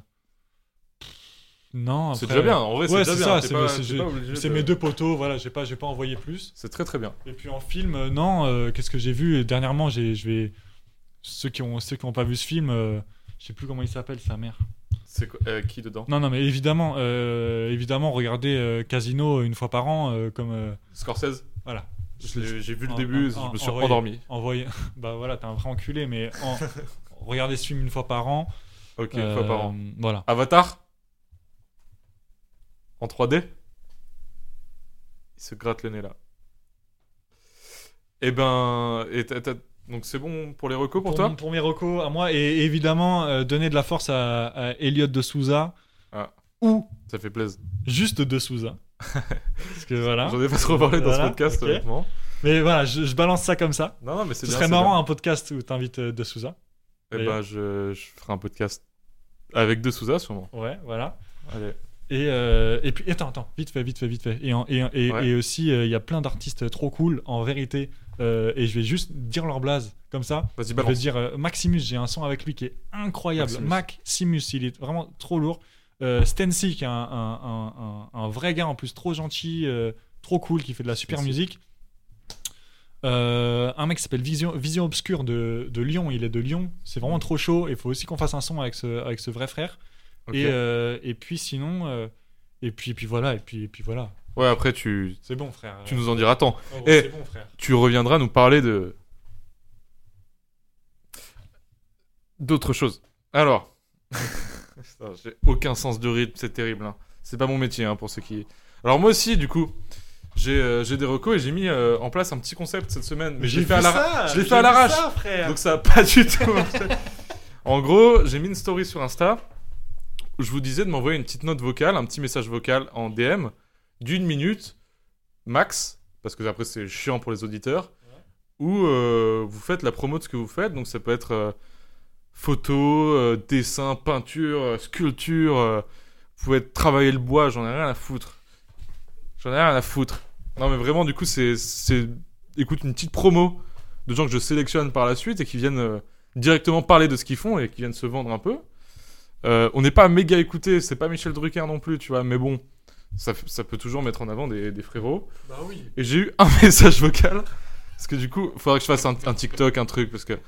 B: Non,
A: C'est
B: après-
A: déjà bien, en vrai, c'est
B: ouais,
A: déjà
B: c'est
A: bien.
B: ça,
A: T'es
B: c'est-
A: pas-
B: c'est-
A: t'es
B: je-
A: pas obligé
B: C'est
A: de-
B: mes deux poteaux, voilà, j'ai pas, j'ai pas envoyé plus.
A: C'est très très bien.
B: Et puis en film, euh, non, euh, qu'est-ce que j'ai vu Dernièrement, j'ai- je vais. Ceux qui ont, ceux qui ont pas vu ce film, euh, je sais plus comment il s'appelle, sa mère.
A: C'est quoi- euh, qui dedans
B: Non, non, mais évidemment, euh, évidemment, regardez euh, Casino une fois par an, euh, comme. euh,
A: Scorsese
B: voilà.
A: Je l'ai- J'ai vu le
B: en-
A: début,
B: en-
A: je me suis
B: envoyé.
A: endormi.
B: Envoyez. *laughs* bah voilà, t'es un vrai enculé, mais
A: *laughs*
B: en- regardez ce film une fois par an.
A: Ok,
B: euh,
A: une fois par an.
B: Voilà.
A: Avatar En 3D Il se gratte le nez là. Eh ben. et t'as- t'as- Donc c'est bon pour les recos pour,
B: Pour,
A: toi
B: mon- pour mes recos à moi, et évidemment, euh, donner de la force à, à Elliot de Souza.
A: Ah.
B: Ou
A: Ça fait plaisir.
B: juste
A: *laughs*
B: de Souza. Parce que voilà.
A: J'en ai pas trop parlé dans
B: Hein Voilà,
A: ce podcast,
B: ok.
A: honnêtement.
B: Mais voilà, je, je balance ça comme ça.
A: Non, non, mais c'est
B: Ce
A: bien.
B: serait
A: c'est
B: marrant un podcast où t'invites euh, De Souza.
A: bien. Eh ben, je, je ferai un podcast avec De Souza sûrement.
B: Ouais, voilà.
A: Allez.
B: Et, euh, et puis, attends, attends, vite fait, vite fait, vite fait. Et, en- et, et,
A: Ouais.
B: et aussi, euh, il y a plein d'artistes trop cool, en vérité. Euh, et je vais juste dire leur blase, comme ça.
A: Vas-y,
B: Je vais
A: balance.
B: dire euh, Maximus, j'ai un son avec lui qui est incroyable.
A: Bah Maximus.
B: Maximus, il est vraiment trop lourd. Euh, Stency, qui est un, un- un- un- un vrai gars en plus, trop gentil, euh, trop cool, qui fait de la super
A: Stency.
B: musique. Euh, un mec qui s'appelle Vision, Vision Obscure de, de Lyon, il est de Lyon, c'est vraiment
A: Mm.
B: trop chaud. Il faut aussi qu'on fasse un son avec ce, avec ce vrai frère.
A: Ok.
B: Et, euh, et puis sinon, euh, et puis, et puis voilà, et puis, et puis voilà.
A: Ouais, après, tu,
B: C'est bon, frère.
A: tu nous en diras tant.
B: Oh,
A: Eh.
B: C'est bon, frère.
A: tu reviendras nous parler de d'autres choses. Alors, *laughs* Putain, j'ai aucun sens de rythme, c'est terrible. hein. C'est pas mon métier hein, pour ceux qui. Alors moi aussi, du coup, j'ai euh, j'ai des recos et j'ai mis euh, en place un petit concept cette semaine. Mais je l'ai fait
C: Ah,
A: à l'arrache. je l'ai fait à l'arrache. Donc ça a pas du tout. marché. en gros, j'ai mis une story sur Insta. Où je vous disais de m'envoyer une petite note vocale, un petit message vocal en DM d'une minute max, parce que après c'est chiant pour les auditeurs, où euh, vous faites la promo de ce que vous faites. Donc ça peut être euh, photo, euh, dessin, peinture, euh, sculpture. euh, vous pouvez travailler le bois, j'en ai rien à foutre. J'en ai rien à foutre. Non mais vraiment, du coup, c'est, c'est, écoute, une petite promo de gens que je sélectionne par la suite et qui viennent euh, directement parler de ce qu'ils font et qui viennent se vendre un peu. Euh, on n'est pas méga écouté, c'est pas Michel Drucker non plus, tu vois, mais bon, ça, f- ça peut toujours mettre en avant des, des frérots.
B: Bah oui.
A: Et j'ai eu un *laughs* message vocal. Parce que du coup, faudra que je fasse un, un TikTok, un truc, parce que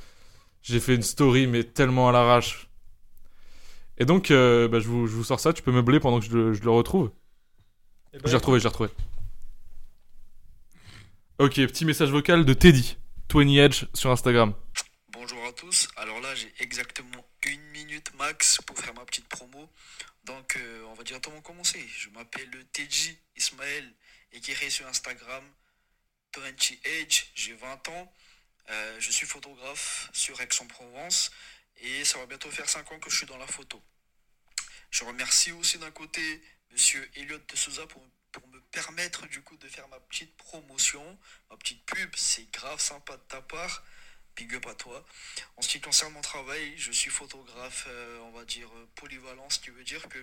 A: j'ai fait une story, mais tellement à l'arrache. Et donc, euh, bah, je, vous, je vous sors ça, tu peux meubler pendant que je le, je le retrouve.
B: Eh ben,
A: J'ai retrouvé, j'ai retrouvé. Ok, petit message vocal de Teddy, 20 Edge sur Instagram.
D: Bonjour à tous. Alors là, j'ai exactement une minute max pour faire ma petite promo. Donc, euh, on va directement commencer. Je m'appelle TJ Ismaël, écrit sur Instagram 20 Age. J'ai 20 ans. Euh, je suis photographe sur Aix-en-Provence et ça va bientôt faire 5 ans que je suis dans la photo. Je remercie aussi d'un côté Monsieur Elliot de Souza pour, pour me permettre du coup de faire ma petite promotion, ma petite pub. C'est grave sympa de ta part. Big up à toi. En ce qui concerne mon travail, je suis photographe, euh, on va dire euh, polyvalent, ce qui veut dire que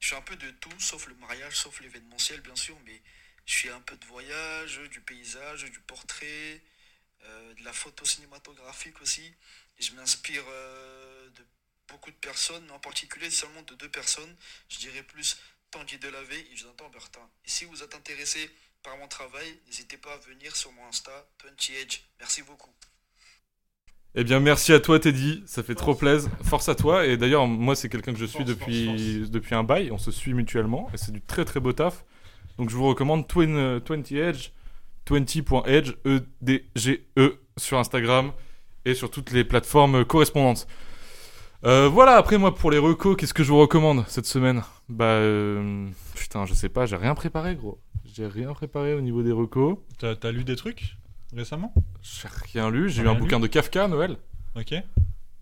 D: je fais un peu de tout, sauf le mariage, sauf l'événementiel, bien sûr, mais je fais un peu de voyage, du paysage, du portrait, euh, de la photo cinématographique aussi. Et je m'inspire euh, de beaucoup de personnes, mais en particulier seulement de deux personnes, je dirais plus Tanguy Delavé et Jonathan Bertin. Et si vous êtes intéressé par mon travail, n'hésitez pas à venir sur mon Insta, 20 Edge. Merci beaucoup.
A: Eh bien, merci à toi, Teddy. Ça fait trop plaisir. Force à toi. Et d'ailleurs, moi, c'est quelqu'un que je suis
B: Force,
A: depuis,
B: force,
A: depuis un bail. On se suit mutuellement. Et c'est du très, très beau taf. Donc, je vous recommande Twin- euh, 20 Edge, 20.edge, E-D-G-E, E, sur Instagram et sur toutes les plateformes correspondantes. Euh, voilà, après, moi, pour les recos, qu'est-ce que je vous recommande cette semaine Bah, euh, putain, je sais pas, j'ai rien préparé, gros. J'ai rien préparé au niveau des recos.
B: T'as t'as lu des trucs récemment
A: J'ai rien lu. J'ai eu
B: Rien
A: un
B: lu
A: bouquin de Kafka, Noël.
B: Ok.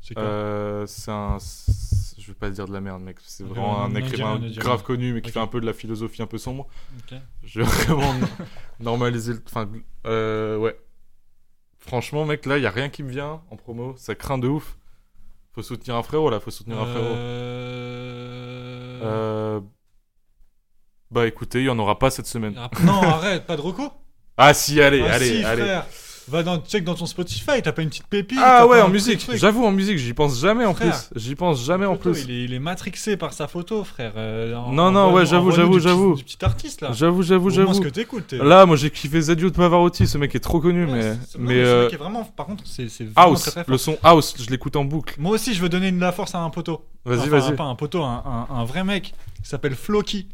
B: C'est quoi
A: Euh, c'est un. c'est- Je vais pas dire de la merde, mec. C'est
B: Ok,
A: vraiment
B: on
A: un
B: a dit, on
A: écrivain
B: a dit,
A: grave
B: ouais.
A: connu, mais qui
B: Ok.
A: fait un peu de la philosophie un peu sombre.
B: Ok.
A: Je vais *laughs* vraiment n- normaliser le. Enfin, euh, ouais. Franchement, mec, là, y a rien qui me vient en promo. Ça craint de ouf. Faut soutenir un frérot, là. Faut soutenir un frérot.
B: Euh...
A: Euh, Bah écoutez, il y en aura pas cette semaine.
B: Ah, Non, arrête, pas de recours.
A: Ah si, *laughs* allez,
B: Ah
A: allez,
B: si,
A: allez.
B: Frère. Va dans, check dans ton Spotify, t'as pas une petite pépite.
A: Ah
B: t'as
A: ouais,
B: pas
A: en
B: un petit
A: musique.
B: truc.
A: J'avoue, en musique, j'y pense jamais en
B: Frère.
A: plus. J'y pense jamais en
B: Photo,
A: plus.
B: Il est, il est matrixé par sa photo, frère. Euh, en-
A: Non,
B: en-
A: non,
B: en-
A: ouais,
B: en-
A: j'avoue,
B: en-
A: j'avoue,
B: du petit-
A: j'avoue.
B: Du petit artiste là.
A: J'avoue, j'avoue,
B: Au moins ce
A: j'avoue.
B: que t'écoutes. t'es-
A: Là, moi j'ai kiffé Zadio de Pavarotti, ce mec est trop connu,
B: Ouais,
A: mais.
B: c'est- non,
A: Mais.
B: ce
A: euh,
B: mec est vraiment, par contre, c'est c'est vraiment
A: house,
B: très, très fort.
A: le son House, je l'écoute en boucle.
B: Moi aussi, je veux donner de la force à un poteau.
A: Vas-y,
B: Enfin,
A: vas-y.
B: Pas un poteau, un, un- un vrai mec qui s'appelle Floki.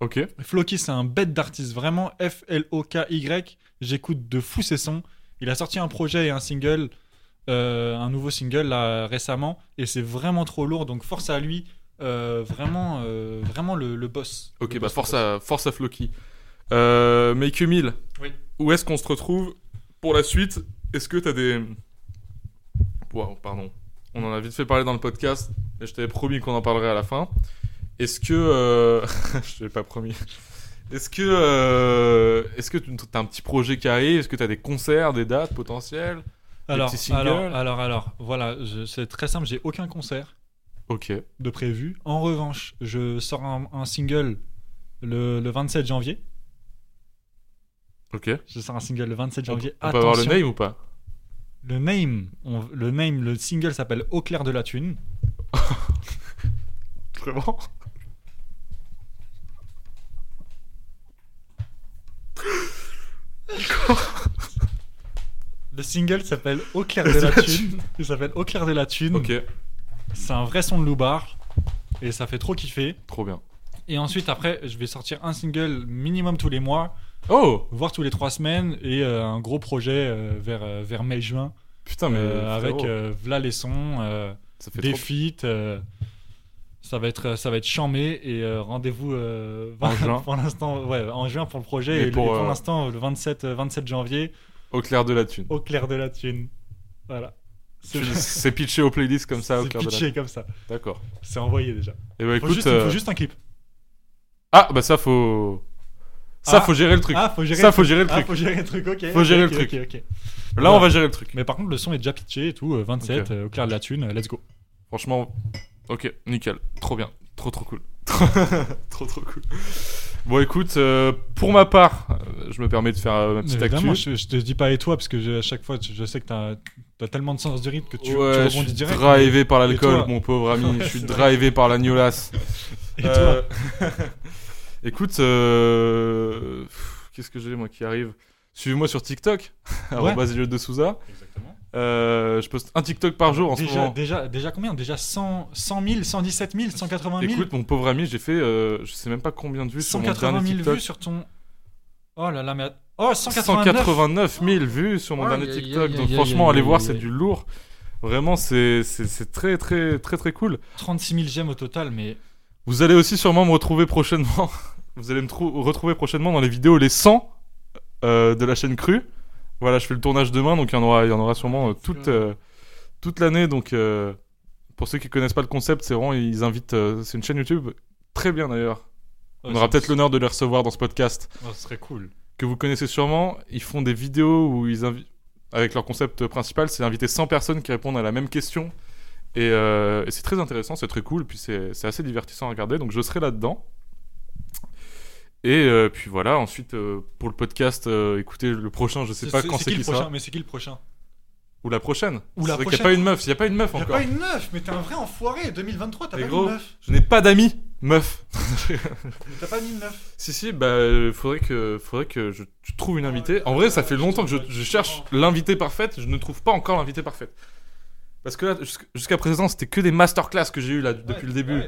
A: Ok.
B: Floki, c'est un bête d'artiste, vraiment F-L-O-K-Y. J'écoute de fou ses sons. Il a sorti un projet et un single, euh, un nouveau single là récemment, et c'est vraiment trop lourd. Donc force à lui, Euh, vraiment, euh, vraiment le, le boss.
A: Ok,
B: Le
A: bah
B: boss,
A: force
B: le boss.
A: à, force à Floki. Euh, Make You Meal.
B: Oui.
A: Où est-ce qu'on se retrouve pour la suite Est-ce que t'as des. Waouh, pardon. On en a vite fait parler dans le podcast, et je t'avais promis qu'on en parlerait à la fin. Est-ce que. euh, *laughs* je t'avais pas promis. Est-ce que. euh, Est-ce que tu- t'as un petit projet qui arrive Est-ce que t'as des concerts, des dates potentielles des
B: Alors,
A: petits singles.
B: alors, alors, alors, voilà, je- c'est très simple. J'ai aucun concert
A: Ok.
B: de prévu. En revanche, je sors un, un single le, le 27 janvier.
A: Ok.
B: Je sors un single le 27 janvier.
A: On peut avoir le
B: Attention.
A: name ou pas
B: Le name, on- le name, le single s'appelle Au clair de la thune.
A: Vraiment
B: Le single s'appelle
A: *laughs*
B: Au clair de la thune. Il s'appelle Au clair de la thune.
A: Ok,
B: C'est un vrai son de Loubar et ça fait trop kiffer.
A: trop bien.
B: Et ensuite après, je vais sortir un single minimum tous les mois,
A: Oh
B: voire tous les trois semaines et euh, un gros projet euh, vers euh, vers mai juin
A: Putain, Ah, mais.
B: euh, avec
A: frérot,
B: euh, v'là les sons, euh,
A: ça fait
B: des
A: trop-
B: feats. euh, ça va être ça va être chambé et euh, rendez-vous euh, *laughs*
A: En juin.
B: pour l'instant ouais en juin pour le projet
A: Mais
B: et,
A: pour,
B: et pour
A: euh,
B: l'instant le 27 euh, 27 janvier
A: Au clair de la thune.
B: au clair de la thune. Voilà. C'est *laughs*
A: Tu- C'est pitché aux playlists comme ça, au
B: c'est
A: clair de la
B: pitché
A: thune.
B: comme ça.
A: D'accord.
B: C'est envoyé déjà.
A: Et bah
B: Faut
A: écoute.
B: juste,
A: euh,
B: faut juste un clip.
A: Ah, bah ça faut. Ça
B: Ah.
A: faut gérer le truc.
B: Ah, faut gérer
A: ça
B: le
A: faut
B: truc.
A: gérer le
B: Ah,
A: truc.
B: faut gérer le truc, ok.
A: Faut
B: ok,
A: gérer
B: ok,
A: le truc.
B: ok, ok.
A: Là, on va gérer le truc.
B: Mais par contre, le son est déjà pitché et tout. euh, 27,
A: Ok.
B: euh, au clair de la thune, euh, let's go.
A: Franchement, ok, nickel. Trop bien. Trop, trop cool. *laughs* trop, trop cool. Bon, écoute, euh, pour ma part, euh, je me permets de faire euh, ma petite
B: Évidemment,
A: actu.
B: je, je te dis pas et toi, parce que je- à chaque fois, tu- je sais que t'as as tellement de sens du rythme que tu, tu
A: ouais, je
B: rebondis
A: suis
B: direct.
A: drivé par
B: Et
A: l'alcool,
B: toi *laughs*
A: mon pauvre ami.
B: Ouais,
A: je suis
B: c'est vrai.
A: drivé par la gnolasse.
B: Et
A: Euh, *laughs* Écoute, euh, pff, qu'est-ce que j'ai moi qui arrive Suivez-moi sur TikTok, *laughs* arrobas Elliot de Souza.
B: Exactement.
A: Euh, je poste un TikTok par jour en ce
B: Déjà,
A: moment.
B: déjà, déjà combien Déjà 100, 100 000, 117 000, 180 000
A: Écoute, mon pauvre ami, j'ai fait, euh, je sais même pas combien de vues sur mon
B: 180
A: dernier
B: 000
A: TikTok.
B: vues sur ton. Oh là là, mais. att- Oh, 189
A: 189 000 vues sur mon
C: Ouais,
A: dernier
C: y a- y a-
A: TikTok.
C: y a-
A: Donc
C: y a-
A: franchement,
C: y a-
A: allez
C: y a-
A: voir,
C: y a-
A: c'est du lourd. Vraiment, c'est c'est- c'est très très très très cool.
B: 36 000 j'aime au total, mais.
A: Vous allez aussi sûrement me retrouver prochainement. *laughs* Vous allez me trou- retrouver prochainement dans les vidéos les 100 euh, de la chaîne Crue. Voilà, je fais le tournage demain, donc il y en aura, il y en aura sûrement euh, toute euh, toute l'année. Donc euh, pour ceux qui connaissent pas le concept, c'est vraiment ils invitent. euh, c'est une chaîne YouTube très bien d'ailleurs. On aura peut-être l'honneur de les recevoir dans ce podcast.
B: Oh, ce serait cool.
A: que vous connaissez sûrement, ils font des vidéos où ils invitent. Avec leur concept principal, c'est d'inviter 100 personnes qui répondent à la même question. Et, euh, et c'est très intéressant, c'est très cool, puis c'est c'est assez divertissant à regarder, donc je serai là-dedans. Et euh, puis voilà, ensuite euh, pour le podcast, euh, écoutez, le prochain, je sais pas quand c'est
B: qui
A: qui,
B: le
A: ça.
B: prochain Mais c'est qui le prochain
A: Ou la prochaine.
B: Ou
A: C'est
B: la
A: vrai qu'il
B: prochaine.
A: n'y a pas une meuf, il n'y a pas une meuf
B: T'as
A: encore.
B: pas une meuf, mais t'es un vrai enfoiré. 2023, t'as
A: Mais
B: pas
A: gros.
B: mis une meuf.
A: Je n'ai pas d'amis, meuf.
B: Mais t'as pas mis une meuf.
A: Si, si, bah, euh, faudrait que, faudrait que je, je trouve une invitée. En vrai, ça fait longtemps que je, je cherche l'invité parfaite, je ne trouve pas encore l'invité parfaite. Parce que là, jusqu'- jusqu'à présent, c'était que des masterclass que j'ai eu là depuis le début.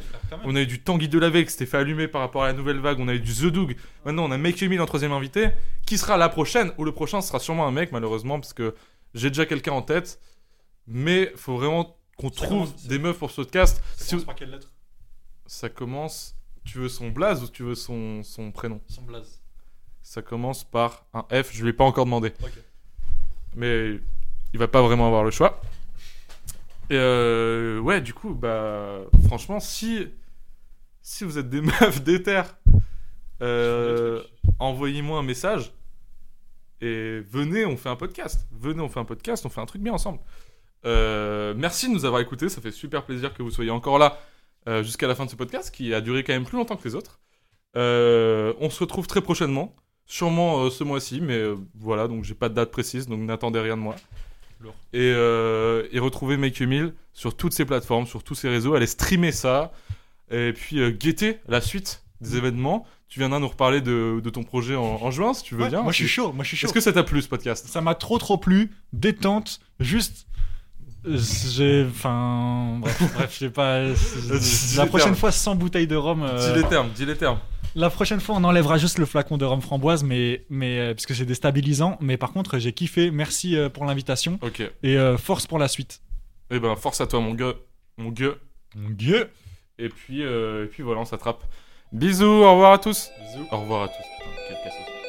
A: On a eu du Tanguy de la qui s'était fait allumer par rapport à la nouvelle vague. On a eu du The Doug. Maintenant, on a Make Emile en troisième invité. Qui sera la prochaine Ou le prochain ce sera sûrement un mec, malheureusement, parce que j'ai déjà quelqu'un en tête. Mais faut vraiment qu'on
B: Ça
A: trouve
B: commence-
A: des meufs pour ce podcast. Si-
B: C'est par quelle lettre
A: ça commence. Tu veux son blaze ou tu veux son, son prénom
B: Son blaze.
A: ça commence par un F, je lui ai pas encore demandé.
B: Ok.
A: Mais il va pas vraiment avoir le choix. Et euh, ouais, du coup, bah franchement, si si vous êtes des *laughs* meufs déter, euh, envoyez-moi un message et venez, on fait un podcast. Venez, on fait un podcast, on fait un truc bien ensemble. Euh, merci de nous avoir écoutés, ça fait super plaisir que vous soyez encore là euh, jusqu'à la fin de ce podcast qui a duré quand même plus longtemps que les autres. Euh, on se retrouve très prochainement, sûrement euh, ce mois-ci, mais euh, voilà, donc j'ai pas de date précise, donc n'attendez rien de moi.
B: Lourd.
A: Et, euh, et retrouvez Make You Meal sur toutes ces plateformes, sur tous ces réseaux, allez streamer ça, et puis euh, guettez la suite
B: Mmh.
A: des événements. Tu viendras nous reparler de, de ton projet en, en juin, si tu veux bien.
B: Moi, je suis chaud. Moi, je suis chaud.
A: Est-ce que ça t'a plu ce podcast
B: Ça m'a trop, trop plu. Détente. Juste. euh, J'ai. Enfin. Bref, *laughs* bref, je sais pas. Euh, c'est- La prochaine fois, sans bouteille de rhum. euh,
A: Dis les termes, dis les termes.
B: La prochaine fois, on enlèvera juste le flacon de rhum framboise, mais, mais euh, parce que c'est déstabilisant. Mais par contre, j'ai kiffé. Merci euh, pour l'invitation
A: Ok.
B: et euh, force pour la suite.
A: Eh ben, force à toi, mon gueux. Mon gueux.
B: Mon Dieu.
A: Et puis, euh, et puis voilà, on s'attrape. Bisous, au revoir à tous. Bisous. Au revoir à tous. Putain, quel cassos.